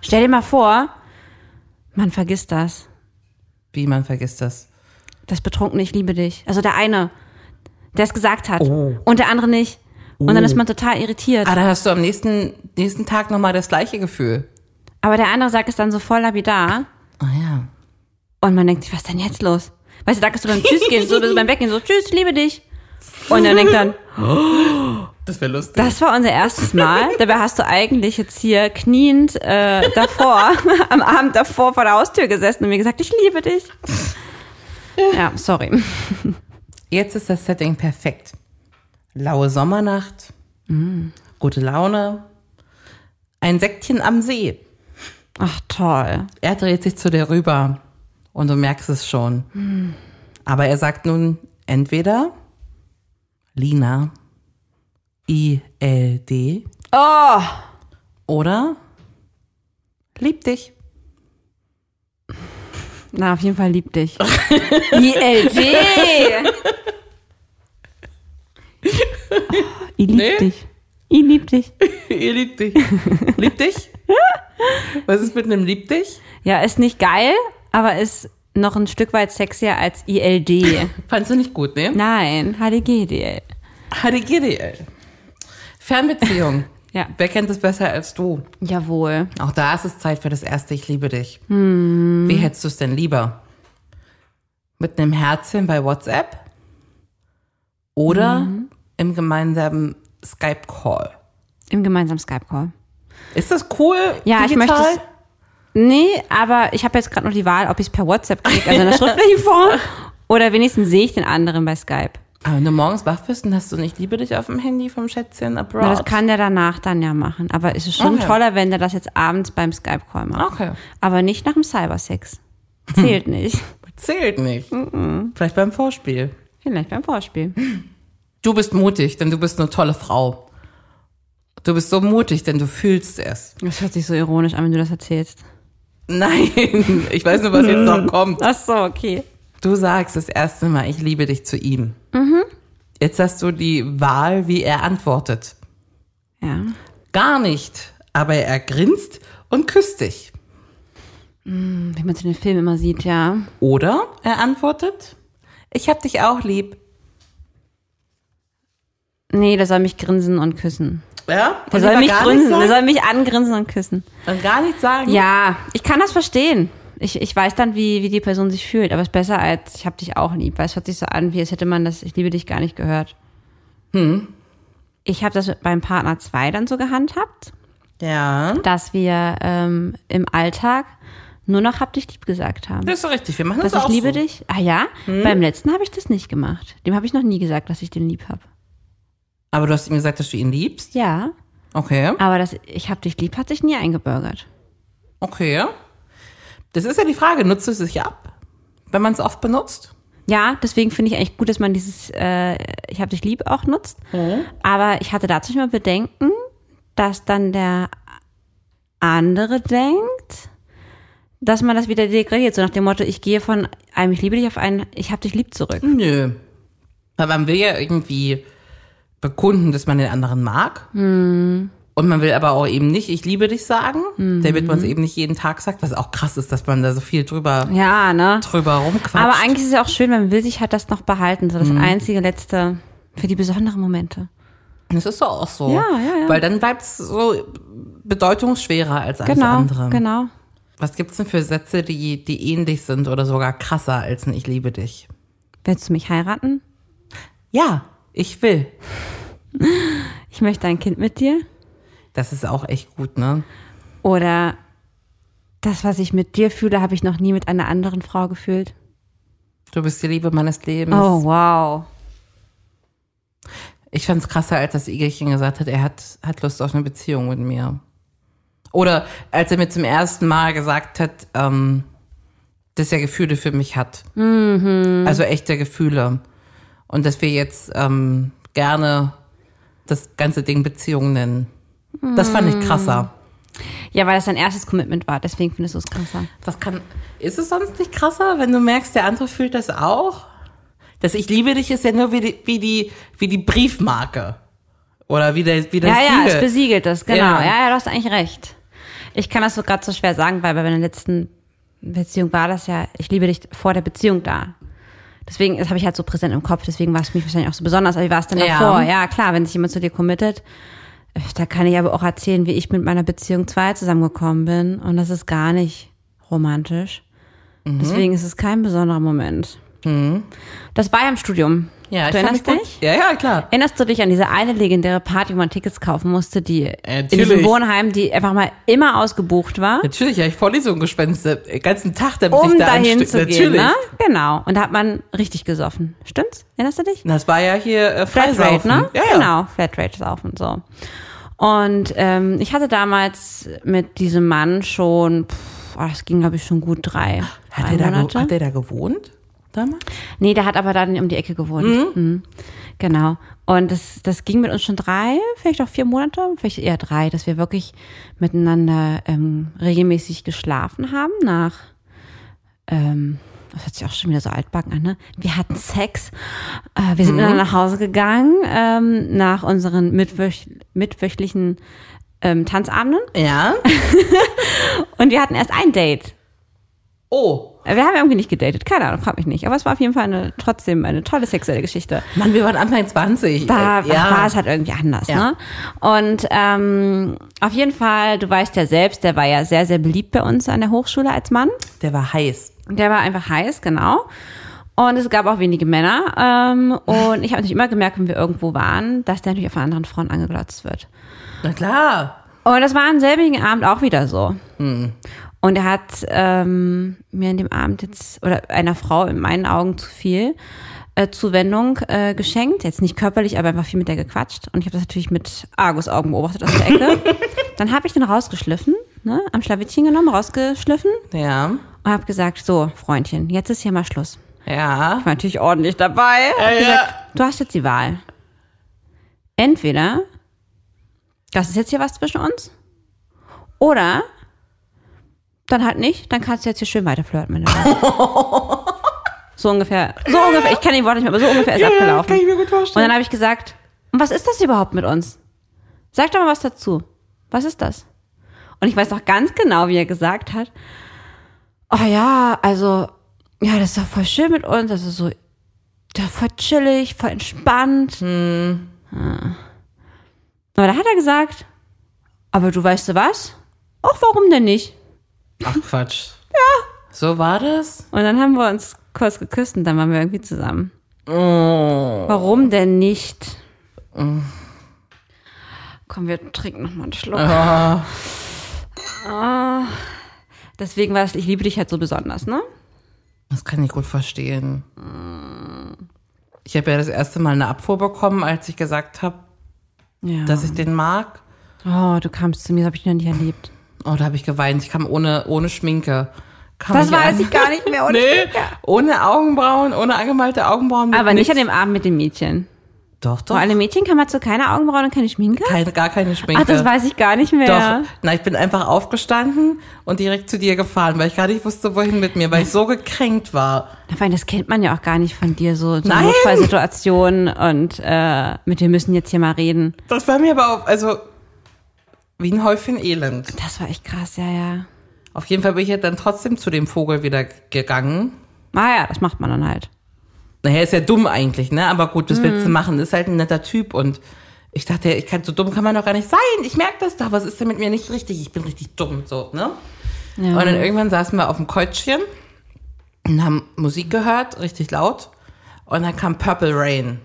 Stell dir mal vor, man vergisst das.
Wie man vergisst das.
Das Betrunkene, ich liebe dich. Also der eine, der es gesagt hat.
Oh.
Und der andere nicht. Und dann ist man total irritiert.
Ah, da hast du am nächsten, nächsten Tag nochmal das gleiche Gefühl.
Aber der andere sagt es dann so voll lapidar.
Ah ja.
Und man denkt sich, was ist denn jetzt los? Weißt du, da kannst du beim Tschüss gehen, so beim Weggehen, so Tschüss, liebe dich. Und dann denkt dann,
Das wäre lustig.
das war unser erstes Mal. Dabei hast du eigentlich jetzt hier kniend äh, davor, am Abend davor vor der Haustür gesessen und mir gesagt, ich liebe dich. Ja, sorry.
Jetzt ist das Setting perfekt. Laue Sommernacht, Mhm. gute Laune, ein Säckchen am See.
Ach toll.
Er dreht sich zu dir rüber und du merkst es schon. Aber er sagt nun entweder Lina, I-L-D
Oh,
oder Lieb dich.
na, auf jeden Fall lieb dich. ILD. Oh, ich lieb
Nee.
dich. Ich lieb dich.
Ihr liebt dich. Lieb dich? Was ist mit einem Lieb dich?
Ja, ist nicht geil, aber ist noch ein Stück weit sexier als ILD.
Fandst du nicht gut, ne?
Nein, HDGDL.
HDGDL. Fernbeziehung.
Ja.
Wer kennt es besser als du?
Jawohl.
Auch da ist es Zeit für das erste Ich liebe dich.
Hm.
Wie hättest du es denn lieber? Mit einem Herzchen bei WhatsApp oder
Hm.
im gemeinsamen Skype-Call?
Im gemeinsamen Skype-Call.
Ist das cool?
Ja, ich möchte
digital?
es. Nee, aber ich habe jetzt gerade noch die Wahl, ob ich es per WhatsApp kriege, also in der schriftlichen Form, oder wenigstens sehe ich den anderen bei Skype.
Aber Ah, wenn du morgens wach wirst und hast du nicht Liebe dich auf dem Handy vom Schätzchen abroad.
Na, das kann der danach dann ja machen. Aber es ist schon
Okay.
toller, wenn der das jetzt abends beim Skype-Call macht.
Okay.
Aber nicht nach dem Cybersex. Zählt nicht.
Zählt nicht. Vielleicht beim Vorspiel.
Vielleicht beim Vorspiel.
Du bist mutig, denn du bist eine tolle Frau. Du bist so mutig, denn du fühlst es.
Das hört sich so ironisch an, wenn du das erzählst.
Nein, ich weiß nur, was jetzt noch kommt.
Ach so, okay.
Du sagst das erste Mal, ich liebe dich zu ihm.
Mhm.
Jetzt hast du die Wahl, wie er antwortet.
Ja.
Gar nicht, aber er grinst und küsst dich.
Wie man es in den Filmen immer sieht, ja.
Oder er antwortet, ich hab dich auch lieb.
Nee, der soll mich grinsen und küssen.
Ja?
Der
Und
soll
lieber
mich
gar Hm?
grinsen, der
nichts sagen?
soll mich angrinsen und küssen.
Und gar nichts sagen?
Ja, ich kann das verstehen. Ich, ich weiß dann, wie, wie die Person sich fühlt, aber es ist besser als ich hab dich auch lieb, weil es hört sich so an, wie als hätte man das Ich liebe dich gar nicht gehört. Hm. Ich habe das beim Partner 2 dann so gehandhabt,
Ja.
dass wir ähm, im Alltag nur noch hab dich lieb gesagt haben.
Das ist so richtig, wir machen
Dass
das auch
ich liebe
so. Hm?
dich. Ah ja, beim letzten habe ich das nicht gemacht. Dem habe ich noch nie gesagt, dass ich den lieb hab.
Aber du hast ihm gesagt, dass du ihn liebst?
Ja,
Okay.
aber das Ich hab dich lieb hat sich nie eingebürgert.
Okay. Das ist ja die Frage, nutzt es sich ab, wenn man es oft benutzt?
Ja, deswegen finde ich eigentlich gut, dass man dieses äh, Ich hab dich lieb auch nutzt.
Mhm.
Aber ich hatte dazu immer Bedenken, dass dann der andere denkt, dass man das wieder degradiert. So nach dem Motto, ich gehe von einem Ich liebe dich auf einen Ich hab dich lieb zurück.
Nö. Weil man will ja irgendwie bekunden, dass man den anderen mag.
Hm.
Und man will aber auch eben nicht, ich liebe dich sagen,
Mhm.
damit man es eben nicht jeden Tag sagt, was auch krass ist, dass man da so viel drüber,
Ja, ne?
drüber rumquatscht.
Aber eigentlich ist es ja auch schön, weil man will sich halt das noch behalten. So das
Mhm.
einzige letzte für die besonderen Momente.
das ist doch auch so.
Ja, ja, ja.
Weil dann bleibt es so bedeutungsschwerer als alles
Genau,
andere.
genau.
Was gibt's denn für Sätze, die, die ähnlich sind oder sogar krasser als ein Ich liebe dich?
Willst du mich heiraten?
Ja, ich will.
Ich möchte ein Kind mit dir.
Das ist auch echt gut, ne?
Oder das, was ich mit dir fühle, habe ich noch nie mit einer anderen Frau gefühlt.
Du bist die Liebe meines Lebens.
Oh, wow.
Ich fand's krasser, als das Igelchen gesagt hat, er hat, hat Lust auf eine Beziehung mit mir. Oder als er mir zum ersten Mal gesagt hat, ähm, dass er Gefühle für mich hat. Also echte Gefühle. Und dass wir jetzt ähm, gerne das ganze Ding Beziehung nennen. Das fand ich krasser.
Ja, weil das dein erstes Commitment war, deswegen findest du es krasser.
Das kann. Ist es sonst nicht krasser, wenn du merkst, der andere fühlt das auch? Das Ich liebe dich ist ja nur wie die, wie die, wie die Briefmarke. Oder wie der, wie das
ja, ja, es
Siegel.
besiegelt das, genau.
Ja.
Ja, ja, du hast eigentlich recht. Ich kann das so gerade so schwer sagen, weil bei meiner letzten Beziehung war das ja, ich liebe dich vor der Beziehung da. Deswegen, das habe ich halt so präsent im Kopf, deswegen war es für mich wahrscheinlich auch so besonders, aber wie war es denn
Ja.
davor? Ja, klar, wenn sich jemand zu dir committet, äh, da kann ich aber auch erzählen, wie ich mit meiner Beziehung 2 zusammengekommen bin und das ist gar nicht romantisch.
Mhm.
Deswegen ist es kein besonderer Moment. Das war ja im Studium.
Ja,
du
ich fand
erinnerst
das gut.
dich?
Ja, ja, klar.
Erinnerst du dich an diese eine legendäre Party, wo man Tickets kaufen musste, die in
Äh, Natürlich.
diesem Wohnheim, die einfach mal immer ausgebucht war,
Natürlich, ja, ich Vorlesungen gespenste, äh, den ganzen Tag, damit
um
ich da
dahin
anste-
zu gehen?
Natürlich.
Ne? Genau. Und da hat man richtig gesoffen. Stimmt's? Erinnerst du dich?
Das war ja hier äh,
Flatrate,
Freisaufen.
ne?
Ja, ja.
Genau, Flatrate saufen, so. Und ähm, ich hatte damals mit diesem Mann schon, pff, oh, das ging, glaube ich, schon gut drei,
Hat,
drei
der da, ge-
Monate.
hat der da gewohnt? Damals?
Nee, der hat aber dann um die Ecke gewohnt. Mhm. Genau. Und das, das ging mit uns schon drei, vielleicht auch vier Monate, vielleicht eher drei, dass wir wirklich miteinander ähm, regelmäßig geschlafen haben nach, ähm, das hört sich auch schon wieder so altbacken an, ne? Wir hatten Sex, äh, wir sind miteinander nach Hause gegangen, ähm, nach unseren mittwöch mittwöchlichen ähm, Tanzabenden
Ja.
und wir hatten erst ein Date.
Oh,
Wir haben irgendwie nicht gedatet, keine Ahnung, frag mich nicht. Aber es war auf jeden Fall eine, trotzdem eine tolle sexuelle Geschichte.
Mann, wir waren Anfang 20.
Da
Äh, ja.
war es halt irgendwie anders,
Ja.
ne? Und ähm, auf jeden Fall, du weißt ja selbst, der war ja sehr, sehr beliebt bei uns an der Hochschule als Mann.
Der war heiß.
Der war einfach heiß, genau. Und es gab auch wenige Männer. Ähm, und ich habe natürlich immer gemerkt, wenn wir irgendwo waren, dass der natürlich von anderen Frauen angeglotzt wird.
Na klar.
Und das war am selbigen Abend auch wieder so. Und er hat ähm, mir in dem Abend jetzt, oder einer Frau in meinen Augen zu viel äh, Zuwendung äh, geschenkt. Jetzt nicht körperlich, aber einfach viel mit der gequatscht. Und ich habe das natürlich mit Argusaugen beobachtet aus der Ecke. Dann habe ich den rausgeschliffen, ne, am Schlawittchen genommen, rausgeschliffen
Ja.
und habe gesagt, so, Freundchen, jetzt ist hier mal Schluss.
Ja.
Ich war natürlich ordentlich dabei. Hab
ja.
gesagt, Du hast jetzt die Wahl. Entweder das ist jetzt hier was zwischen uns oder dann halt nicht, dann kannst du jetzt hier schön weiter flirten. Meine Liebe. so ungefähr, so ungefähr, ich kenne die Worte nicht mehr, aber so ungefähr ist abgelaufen.
kann ich mir gut
und
vorstellen.
dann habe ich gesagt, und was ist das überhaupt mit uns? Sag doch mal was dazu. Was ist das? Und ich weiß noch ganz genau, wie er gesagt hat, oh ja, also, ja, das ist doch voll schön mit uns, also so, ja, voll chillig, voll entspannt. Hm. Aber da hat er gesagt, aber du weißt du was? Auch warum denn nicht?
Ach Quatsch. Ja. So war das?
Und dann haben wir uns kurz geküsst und dann waren wir irgendwie zusammen. Warum denn nicht? Komm, wir trinken nochmal einen Schluck. Ah. Deswegen war es, ich liebe dich halt so besonders, ne?
Das kann ich gut verstehen. Ich habe ja das erste Mal eine Abfuhr bekommen, als ich gesagt habe,
Ja.
dass ich den mag.
oh, du kamst zu mir, das habe ich noch nicht erlebt.
Oh, da habe ich geweint. Ich kam ohne, ohne Schminke. Kam
Das weiß
an.
ich gar nicht mehr. Ohne
nee,
Schminke.
ohne Augenbrauen, ohne angemalte Augenbrauen. mit
Aber nicht an
nichts.
dem Abend mit dem Mädchen.
Doch, doch.
Vor allem Mädchen kann man zu keine Augenbrauen und keine Schminke?
Keine, gar keine Schminke.
Ach, das weiß ich gar nicht
Doch,
mehr.
na, ich bin einfach aufgestanden und direkt zu dir gefahren, weil ich gar nicht wusste, wohin mit mir, weil ich so gekränkt war.
Doch. Vor allem, das kennt man ja auch gar nicht von dir, so, so
Nein.
Notfallsituationen und äh, mit dir müssen jetzt hier mal reden.
Das war mir aber auf, also wie ein Häufchen Elend.
Das war echt krass, ja, ja.
Auf jeden Fall bin ich ja dann trotzdem zu dem Vogel wieder gegangen.
Ah ja, das macht man dann halt.
Naja, ist ja dumm eigentlich, ne? Aber gut, das willst du machen. Ist halt ein netter Typ und ich dachte, ich kann, so dumm kann man doch gar nicht sein. Ich merke das doch. Was ist denn mit mir nicht richtig? Ich bin richtig dumm, so, ne? Und dann irgendwann saßen wir auf dem Käutschchen und haben Musik gehört, richtig laut. Und dann kam Purple Rain.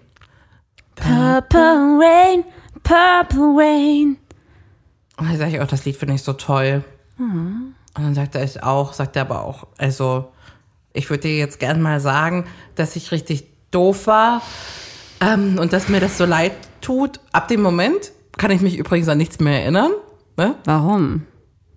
Purple Rain, Purple Rain.
Und dann sage ich auch, das Lied finde ich so toll. Und dann sagt er es auch, sagt er aber auch, also ich würde dir jetzt gern mal sagen, dass ich richtig doof war ähm, und dass mir das so leid tut. Ab dem Moment kann ich mich übrigens an nichts mehr erinnern. Ne?
Warum?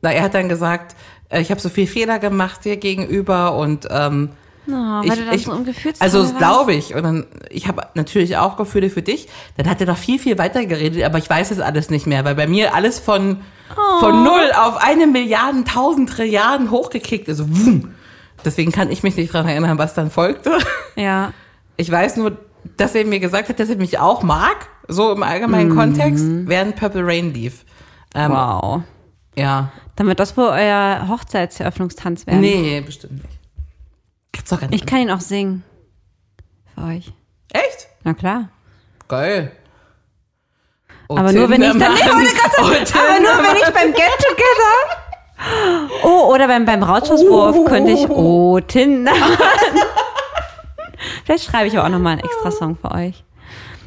Na, er hat dann gesagt, äh, ich habe so viel Fehler gemacht dir gegenüber und ähm,
Oh, weil du dann so ein Gefühl
also das glaube ich. Und dann, ich habe natürlich auch Gefühle für dich. Dann hat er noch viel, viel weiter geredet, aber ich weiß es alles nicht mehr, weil bei mir alles von,
Oh.
von null auf eine Milliarden, tausend Trilliarden hochgekickt ist. Wum. Deswegen kann ich mich nicht dran erinnern, was dann folgte.
Ja.
Ich weiß nur, dass er mir gesagt hat, dass er mich auch mag, so im allgemeinen Kontext, während Purple Rain lief. Ähm,
Mhm. Wow.
Ja.
Dann wird das wohl euer Hochzeitseröffnungstanz werden.
Nee, bestimmt nicht. Gibt's doch gar nicht.
Ähm, Ich kann ihn auch singen. Für euch.
Echt?
Na klar.
Geil.
Aber nur wenn ich dann-
Tindermann.
Nee, wollte gerade sagen,
Oh,
Aber nur
Tindermann.
wenn ich beim Get Together. Oh, oder beim, beim Rauschusswurf könnte ich. Oh, Tinder. Vielleicht schreibe ich aber auch nochmal einen extra Song für euch.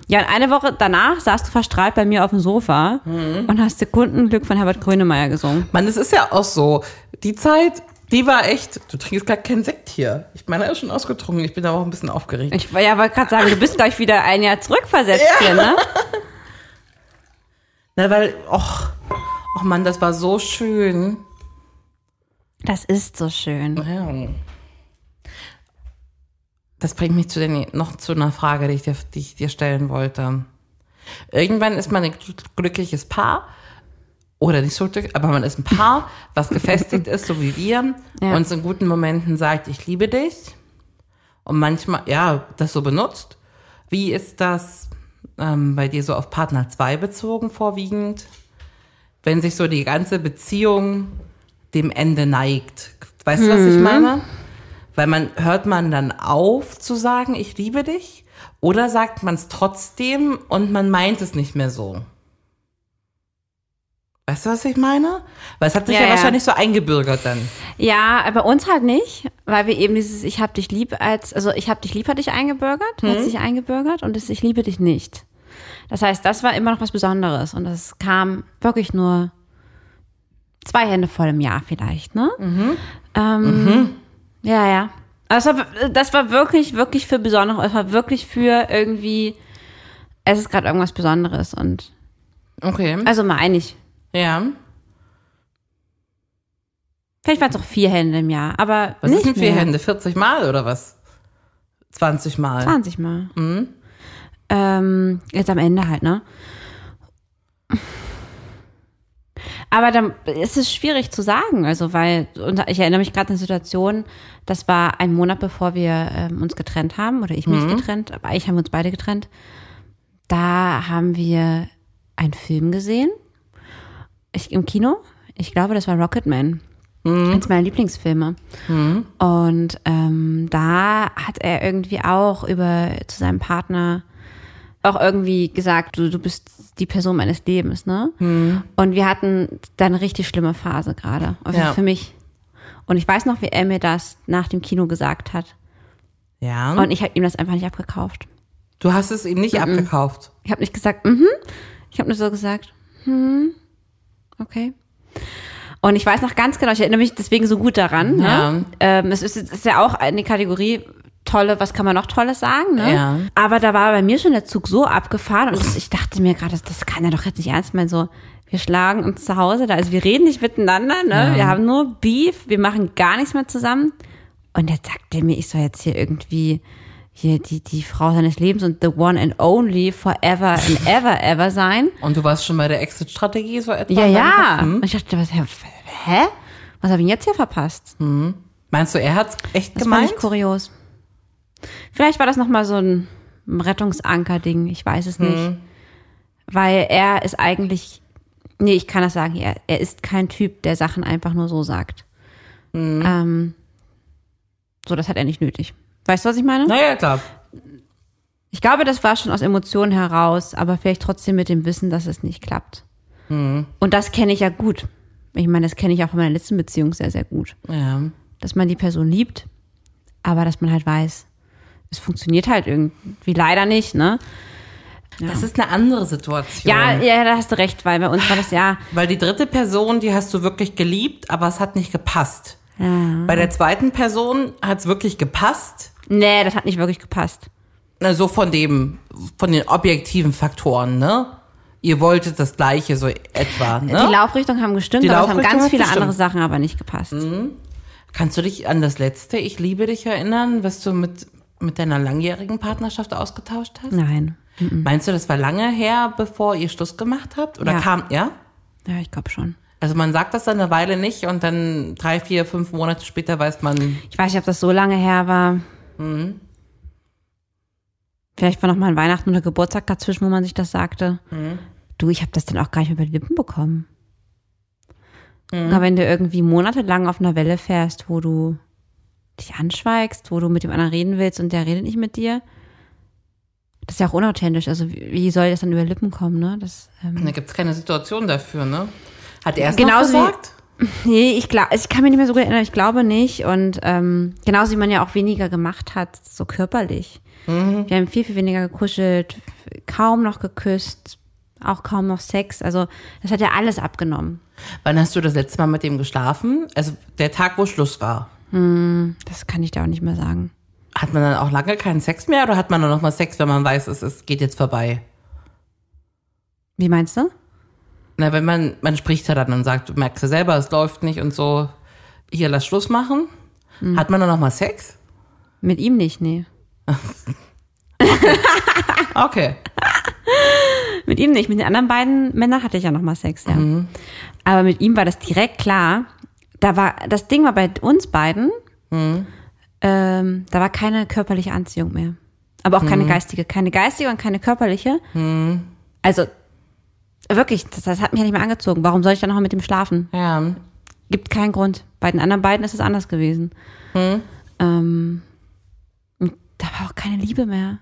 Ja, und eine Woche danach saß du verstrahlt bei mir auf dem Sofa und hast Sekundenglück von Herbert Grönemeyer gesungen.
Mann, es ist ja auch so. Die Zeit, die war echt. Du trinkst gar keinen Sekt hier. Ich meine, er ist schon ausgetrunken. Ich bin aber auch ein bisschen aufgeregt.
Ich ja, wollte gerade sagen, du bist gleich wieder ein Jahr zurückversetzt hier, ne?
Na, weil, och, och Mann, das war so schön.
Das ist so schön.
Ja. Das bringt mich zu den, noch zu einer Frage, die ich, dir, die ich dir stellen wollte. Irgendwann ist man ein gl- glückliches Paar oder nicht so glücklich, aber man ist ein Paar, was gefestigt ist, so wie wir,
Ja.
uns in guten Momenten sagt, ich liebe dich und manchmal, ja, das so benutzt. Wie ist das ähm, bei dir so auf Partner 2 bezogen vorwiegend?
Mhm.
Wenn sich so die ganze Beziehung dem Ende neigt. Weißt du, was ich meine? Weil man hört man dann auf zu sagen, ich liebe dich? Oder sagt man es trotzdem und man meint es nicht mehr so? Weißt du, was ich meine? Weil es hat sich
Ja,
ja,
ja.
wahrscheinlich so eingebürgert dann.
Ja, bei uns halt nicht, weil wir eben dieses Ich hab dich lieb als, also ich hab dich lieb hat dich eingebürgert,
Mhm.
hat sich eingebürgert und das Ich liebe dich nicht. Das heißt, das war immer noch was Besonderes und das kam wirklich nur zwei Hände voll im Jahr vielleicht, ne?
Mhm.
Ähm, Ja, ja. Also das war, das war wirklich, wirklich für Besonderes, das war wirklich für irgendwie, es ist gerade irgendwas Besonderes und,
Okay.
also meine ich.
ja.
Vielleicht waren es auch vier Hände im Jahr, aber
Was
nicht
ist denn vier
mehr.
Hände? 40 Mal oder was? 20 Mal.
20 Mal. Ähm, jetzt am Ende halt, ne? Aber dann ist es schwierig zu sagen, also weil und ich erinnere mich gerade an eine Situation, das war ein Monat bevor wir ähm, uns getrennt haben oder ich mich getrennt, aber eigentlich haben wir uns beide getrennt. Da haben wir einen Film gesehen ich, im Kino. Ich glaube, das war Rocketman. Eins meiner Lieblingsfilme. Und ähm, da hat er irgendwie auch über zu seinem Partner auch irgendwie gesagt, du, du bist die Person meines Lebens, ne? Und wir hatten dann eine richtig schlimme Phase gerade. Also
Ja.
Für mich. Und ich weiß noch, wie er mir das nach dem Kino gesagt hat.
Ja.
Und ich habe ihm das einfach nicht abgekauft.
du hast es ihm nicht abgekauft.
Ich habe nicht gesagt, mhm. Ich habe nur so gesagt, hm, okay. Und ich weiß noch ganz genau, ich erinnere mich deswegen so gut daran.
Ja.
Ne? Ähm, es ist, es ist ja auch eine Kategorie tolle, was kann man noch Tolles sagen. Ne?
Ja.
Aber da war bei mir schon der Zug so abgefahren und ich dachte mir gerade, das, das kann er doch jetzt nicht ernst meinen. So, wir schlagen uns zu Hause da, also wir reden nicht miteinander, ne? wir haben nur Beef, wir machen gar nichts mehr zusammen. Und jetzt sagt er mir, ich soll jetzt hier irgendwie hier die, die Frau seines Lebens und the one and only forever and ever ever sein.
Und du warst schon bei der Exit-Strategie so etwa?
Ja,
in deinem
ja.
Kopf, hm?
Und ich dachte, was, hä? Was habe ich jetzt hier verpasst?
Meinst du, er hat's echt
Das fand
gemeint?
ich kurios. Vielleicht war das nochmal so ein Rettungsanker-Ding, ich weiß es nicht. Weil er ist eigentlich, nee, ich kann das sagen, er, er ist kein Typ, der Sachen einfach nur so sagt. Ähm, so, das hat er nicht nötig. Weißt du, was ich meine?
Naja, klar.
Ich glaube, das war schon aus Emotionen heraus, aber vielleicht trotzdem mit dem Wissen, dass es nicht klappt.
Mhm.
Und das kenne ich ja gut. Ich meine, das kenne ich auch von meiner letzten Beziehung sehr, sehr gut.
Ja.
Dass man die Person liebt, aber dass man halt weiß, es funktioniert halt irgendwie leider nicht, ne?
Das ist eine andere Situation.
Ja, ja, da hast du recht, weil bei uns war das ja,
Weil die dritte Person, die hast du wirklich geliebt, aber es hat nicht gepasst. Bei der zweiten Person hat's wirklich gepasst.
nee, das hat nicht wirklich gepasst.
Na, so von dem, von den objektiven Faktoren, ne? Ihr wolltet das Gleiche, so etwa,
Die
ne?
Laufrichtung haben gestimmt,
Die
aber es haben
Laufrichtung
ganz
hat
viele andere
gestimmt. Mhm.
Sachen aber nicht gepasst.
Kannst du dich an das letzte Ich liebe dich erinnern, was du mit, mit deiner langjährigen Partnerschaft ausgetauscht hast?
Nein.
Meinst du, das war lange her, bevor ihr Schluss gemacht habt? Oder
Ja.
kam, ja?
Ja, ich glaube schon.
Also man sagt das dann eine Weile nicht und dann drei, vier, fünf Monate später weiß man,
Ich weiß nicht, ob das so lange her war. Vielleicht war noch mal ein Weihnachten oder Geburtstag dazwischen, wo man sich das sagte. Du, ich habe das dann auch gar nicht mehr über die Lippen bekommen. Aber wenn du irgendwie monatelang auf einer Welle fährst, wo du dich anschweigst, wo du mit dem anderen reden willst und der redet nicht mit dir, das ist ja auch unauthentisch. Also wie wie soll das dann über Lippen kommen, ne? Das, ähm,
da gibt's keine Situation dafür, ne? Genau Hat er es noch
Genauso wie-
gesagt?
Nee, ich glaube, ich kann mich nicht mehr so gut erinnern, ich glaube nicht. Und ähm, genauso wie man ja auch weniger gemacht hat, so körperlich. Wir haben viel, viel weniger gekuschelt, kaum noch geküsst, auch kaum noch Sex. Also das hat ja alles abgenommen.
Wann hast du das letzte Mal mit ihm geschlafen? Also der Tag, wo Schluss war.
Das kann ich dir auch nicht mehr sagen.
Hat man dann auch lange keinen Sex mehr oder hat man dann nochmal Sex, wenn man weiß, es, es geht jetzt vorbei?
Wie meinst du?
Na, wenn man, man spricht ja dann und sagt, du merkst ja selber, es läuft nicht und so, hier lass Schluss machen. Hat man dann nochmal Sex?
Mit ihm nicht, nee.
Okay.
Mit ihm nicht. Mit den anderen beiden Männern hatte ich ja nochmal Sex, ja. Aber mit ihm war das direkt klar. Da war, das Ding war bei uns beiden, ähm, da war keine körperliche Anziehung mehr. Aber auch keine geistige. Keine geistige und keine körperliche. Also, wirklich, das, das hat mich ja nicht mehr angezogen. Warum soll ich dann noch mit dem schlafen?
Ja.
Gibt keinen Grund. Bei den anderen beiden ist es anders gewesen. Ähm, und da war auch keine Liebe mehr.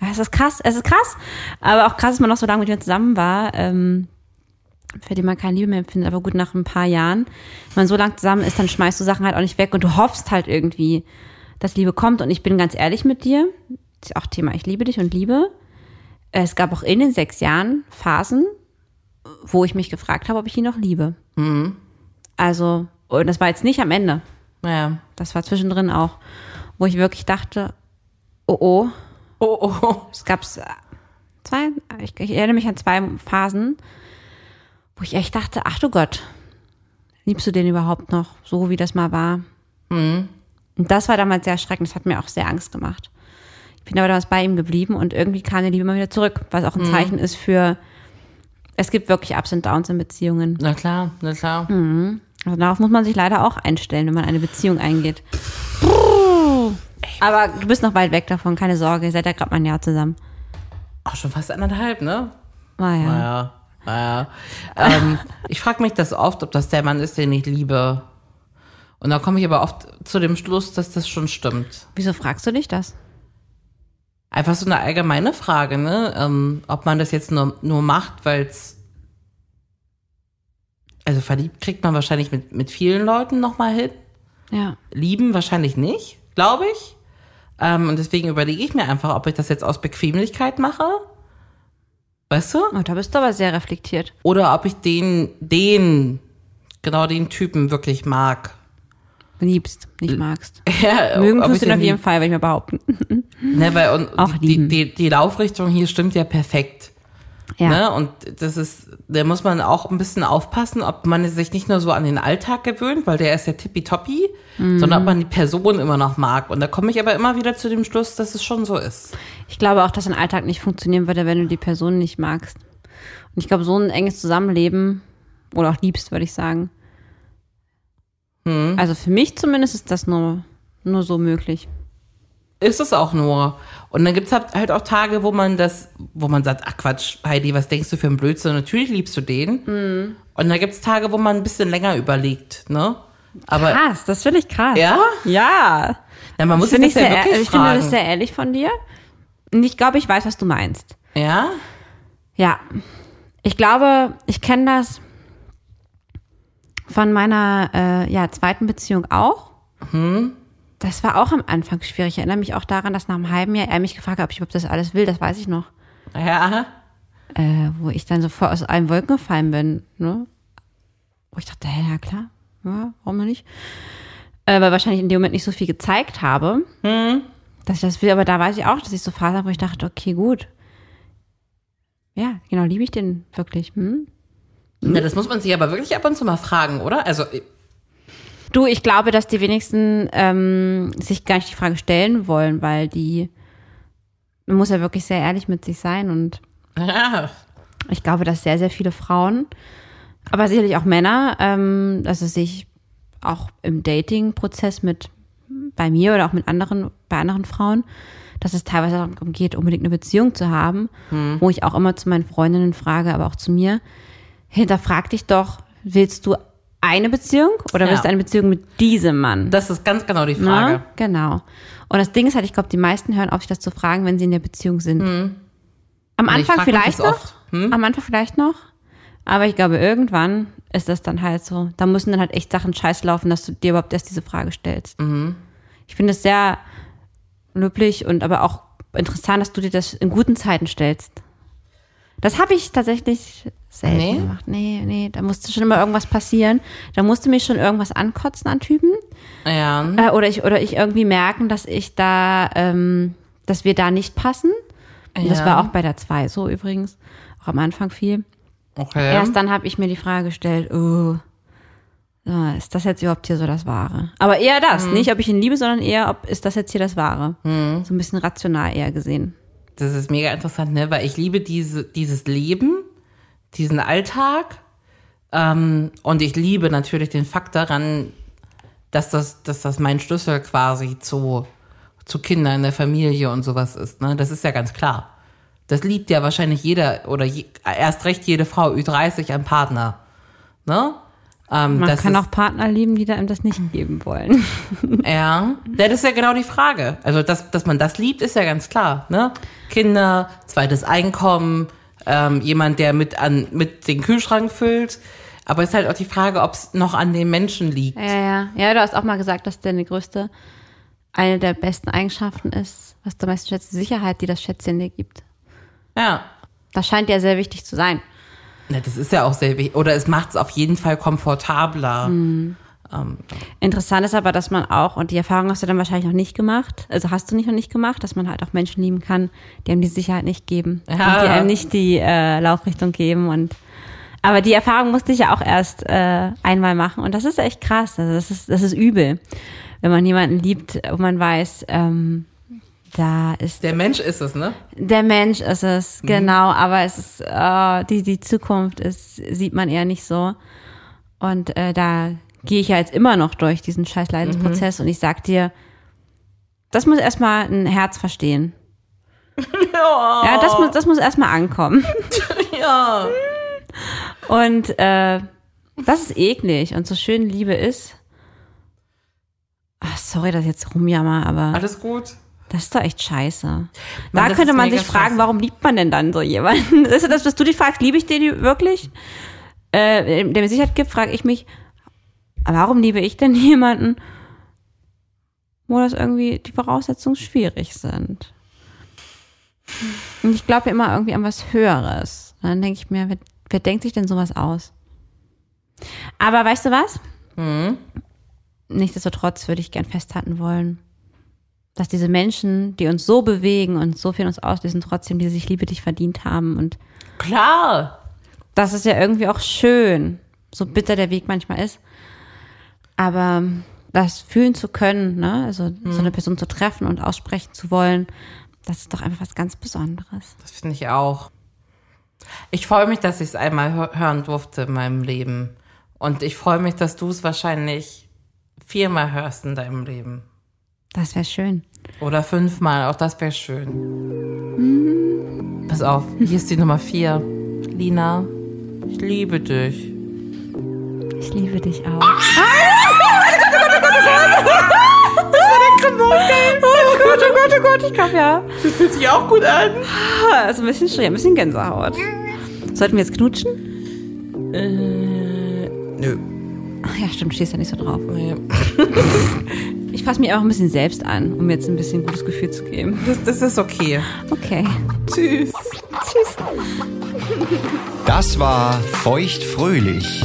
Ja, es ist krass, es ist krass. Aber auch krass, dass man noch so lange mit mir zusammen war, ähm, für den man keine Liebe mehr empfindet. Aber gut, nach ein paar Jahren, wenn man so lange zusammen ist, dann schmeißt du Sachen halt auch nicht weg und du hoffst halt irgendwie, dass Liebe kommt. Und ich bin ganz ehrlich mit dir, ist auch Thema, ich liebe dich und Liebe. Es gab auch in den sechs Jahren Phasen, wo ich mich gefragt habe, ob ich ihn noch liebe. Also, und das war jetzt nicht am Ende.
Ja.
Das war zwischendrin auch, wo ich wirklich dachte, oh oh,
Oh, oh, oh.
es gab zwei, ich, ich erinnere mich an zwei Phasen, wo ich echt dachte, ach du Gott, liebst du den überhaupt noch, so wie das mal war?
Mhm.
Und das war damals sehr erschreckend, das hat mir auch sehr Angst gemacht. Ich bin aber damals bei ihm geblieben und irgendwie kam die Liebe mal wieder zurück, was auch ein
Mhm.
Zeichen ist für, es gibt wirklich Ups und Downs in Beziehungen.
Na klar, na klar.
Also darauf muss man sich leider auch einstellen, wenn man eine Beziehung eingeht. Aber du bist noch weit weg davon, keine Sorge, ihr seid ja gerade mal ein Jahr zusammen. Ah
Auch schon fast anderthalb, ne?
Naja.
Naja, naja. ähm, ich frage mich das oft, ob das der Mann ist, den ich liebe. Und da komme ich aber oft zu dem Schluss, dass das schon stimmt.
Wieso fragst du dich das?
Einfach so eine allgemeine Frage, ne? Ähm, ob man das jetzt nur, nur macht, weil es. Also verliebt kriegt man wahrscheinlich mit, mit vielen Leuten nochmal hin.
Ja.
Lieben wahrscheinlich nicht, glaube ich. Ähm, und deswegen überlege ich mir einfach, ob ich das jetzt aus Bequemlichkeit mache. Weißt du?
Oh, da bist du aber sehr reflektiert.
Oder ob ich den, den, genau den Typen wirklich mag.
Liebst, nicht magst.
Ja,
Mögen
ob
tust
ich
du ihn auf
den
jeden Fall, würde ich mal behaupten.
Ne, weil und
Auch
die,
lieben.
die, die Laufrichtung hier stimmt ja perfekt.
Ja.
Ne? Und das ist, da muss man auch ein bisschen aufpassen, ob man sich nicht nur so an den Alltag gewöhnt, weil der ist ja tippitoppi,
Mhm.
sondern ob man die Person immer noch mag. Und da komme ich aber immer wieder zu dem Schluss, dass es schon so ist.
Ich glaube auch, dass ein Alltag nicht funktionieren würde, wenn du die Person nicht magst. Und ich glaube, so ein enges Zusammenleben oder auch liebst, würde ich sagen.
Hm.
Also für mich zumindest ist das nur, nur so möglich.
Ist es auch nur. Und dann gibt's halt, halt auch Tage, wo man das, wo man sagt, ach Quatsch, Heidi, was denkst du für ein Blödsinn? Natürlich liebst du den.
Mhm.
Und dann gibt's Tage, wo man ein bisschen länger überlegt, ne? Aber
Krass, das finde ich krass.
ja,
Ja.
na, man muss
Finde
sich
ich,
das ja
sehr, e-
wirklich
ich finde
fragen.
das sehr ehrlich von dir. Und ich glaube, ich weiß, was du meinst.
ja?
Ja. Ich glaube, ich kenne das von meiner äh, ja, zweiten Beziehung auch.
Mhm.
Das war auch am Anfang schwierig. Ich erinnere mich auch daran, dass nach einem halben Jahr er mich gefragt hat, ob ich überhaupt das alles will. Das weiß ich noch.
Ja.
Äh, wo ich dann sofort aus allen Wolken gefallen bin. Ne? Wo ich dachte, hä, ja klar, ja, warum nicht? Äh, weil wahrscheinlich in dem Moment nicht so viel gezeigt habe, dass ich das will. Aber da weiß ich auch, dass ich so Phasen habe, wo ich dachte, okay, gut. Ja, genau, liebe ich den wirklich. Hm?
Na, das muss man sich aber wirklich ab und zu mal fragen, oder? Also,
Du, ich glaube, dass die wenigsten ähm, sich gar nicht die Frage stellen wollen, weil die, man muss ja wirklich sehr ehrlich mit sich sein und
ja.
Ich glaube, dass sehr, sehr viele Frauen, aber sicherlich auch Männer, ähm, dass es sich auch im Dating-Prozess mit bei mir oder auch mit anderen, bei anderen Frauen, dass es teilweise darum geht, unbedingt eine Beziehung zu haben,
Hm.
wo ich auch immer zu meinen Freundinnen frage, aber auch zu mir, hinterfrag dich doch, willst du eine Beziehung oder
Ja.
willst du eine Beziehung mit diesem Mann?
das ist ganz genau die
Na,
Frage.
Genau. Und das Ding ist halt, ich glaube, die meisten hören auf, sich das zu fragen, wenn sie in der Beziehung sind. Am
Hm. Also ich
Anfang
frag mich
vielleicht
das
noch.
oft. Hm?
Am Anfang vielleicht noch. Aber ich glaube, irgendwann ist das dann halt so. Da müssen dann halt echt Sachen scheiß laufen, dass du dir überhaupt erst diese Frage stellst.
Mhm.
Ich finde es sehr löblich und aber auch interessant, dass du dir das in guten Zeiten stellst. Das habe ich tatsächlich selten
Nee?
gemacht. Nee, nee, da musste schon immer irgendwas passieren. Da musste mich schon irgendwas ankotzen an Typen.
Ja.
Äh, oder ich oder ich irgendwie merken, dass ich da, ähm, dass wir da nicht passen. Und Das
Ja.
war auch bei der 2 so übrigens, auch am Anfang viel.
Okay.
Erst dann habe ich mir die Frage gestellt, oh, ja, ist das jetzt überhaupt hier so das Wahre? Aber eher das,
Mhm.
nicht ob ich ihn liebe, sondern eher, ob ist das jetzt hier das Wahre? So ein bisschen rational eher gesehen.
Das ist mega interessant, ne? Weil ich liebe diese, dieses Leben, diesen Alltag. Ähm, und ich liebe natürlich den Fakt daran, dass das, dass das mein Schlüssel quasi zu, zu Kindern in der Familie und sowas ist. Ne? Das ist ja ganz klar. Das liebt ja wahrscheinlich jeder oder je, erst recht jede Frau Ü30 ein Partner. Ne? Ähm,
Man
das
kann
ist,
auch Partner lieben, die einem das nicht geben wollen.
Ja, das ist ja genau die Frage. Also, dass, dass man das liebt, ist ja ganz klar. Ne? Kinder, zweites Einkommen, ähm, jemand, der mit, an, mit den Kühlschrank füllt. Aber es ist halt auch die Frage, ob es noch an den Menschen liegt.
Ja, ja. Ja, du hast auch mal gesagt, dass deine größte, eine der besten Eigenschaften ist, was du am meisten schätzt, die Sicherheit, die das Schätzchen dir gibt.
Ja.
Das scheint dir sehr wichtig zu sein.
Na, das ist ja auch sehr wichtig. Oder es macht es auf jeden Fall komfortabler.
Interessant ist aber, dass man auch, und die Erfahrung hast du dann wahrscheinlich noch nicht gemacht, also hast du nicht noch nicht gemacht, dass man halt auch Menschen lieben kann, die einem die Sicherheit nicht geben.
Ja.
Und die einem nicht die äh, Laufrichtung geben. Und aber die Erfahrung musste ich ja auch erst äh, einmal machen. Und das ist echt krass. Also das ist, das ist übel. Wenn man jemanden liebt, wo man weiß, ähm, da ist
Der Mensch ist es, ne?
der Mensch ist es, genau, aber es ist, äh, die, die Zukunft ist, sieht man eher nicht so. Und äh, da gehe ich ja jetzt immer noch durch diesen scheiß Leidensprozess und ich sag dir, das muss erstmal ein Herz verstehen. Ja, das muss, das muss erstmal ankommen. ja. Und äh, das ist eklig und so schön Liebe ist. Ach, sorry, dass ich jetzt rumjammer, aber.
Alles gut.
Das ist doch echt scheiße.
Mann,
da
das
könnte
ist
man
mega
sich fragen,
scheiße.
warum liebt man denn dann so jemanden? Ist das, was du dich fragst, liebe ich den die wirklich? Äh, der mir Sicherheit gibt, frage ich mich, warum liebe ich denn jemanden, wo das irgendwie die Voraussetzungen schwierig sind? Und ich glaube ja immer irgendwie an was Höheres. Und dann denke ich mir, wer, wer denkt sich denn sowas aus? Aber weißt du was?
Mhm.
Nichtsdestotrotz würde ich gern festhalten wollen, dass diese Menschen, die uns so bewegen und so viel uns auslösen, trotzdem die sich Liebe dich verdient haben. Und
Klar.
das ist ja irgendwie auch schön, so bitter der Weg manchmal ist. Aber das fühlen zu können, ne? also so eine Person zu treffen und aussprechen zu wollen, das ist doch einfach was ganz Besonderes.
Das finde ich auch. Ich freue mich, dass ich es einmal hö- hören durfte in meinem Leben. Und ich freue mich, dass du es wahrscheinlich viermal hörst in deinem Leben.
Das wäre schön.
Oder fünfmal, auch das wäre schön. Pass auf, hier ist die Nummer vier. Lina, ich liebe dich.
Ich liebe dich auch. Oh Gott, oh Gott, oh Gott, ich glaube ja.
Das fühlt sich auch gut an.
Also ein bisschen schwer, ein bisschen Gänsehaut. Sollten wir jetzt knutschen?
Äh, Nö.
Ach ja, stimmt, stehst ja nicht so drauf.
Nee.
Ich fasse mich auch ein bisschen selbst an, um mir jetzt ein bisschen gutes Gefühl zu geben.
Das, das ist okay.
Okay.
Tschüss.
Tschüss.
Das war Feuchtfröhlich,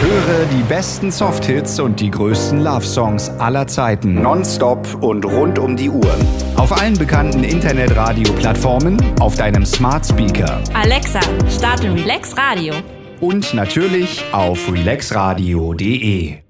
Höre die besten Softhits und die größten Love Songs aller Zeiten. Nonstop und rund um die Uhr. Auf allen bekannten Internetradio-Plattformen, auf deinem Smart Speaker
Alexa, starte Relax Radio.
und natürlich auf relaxradio.de.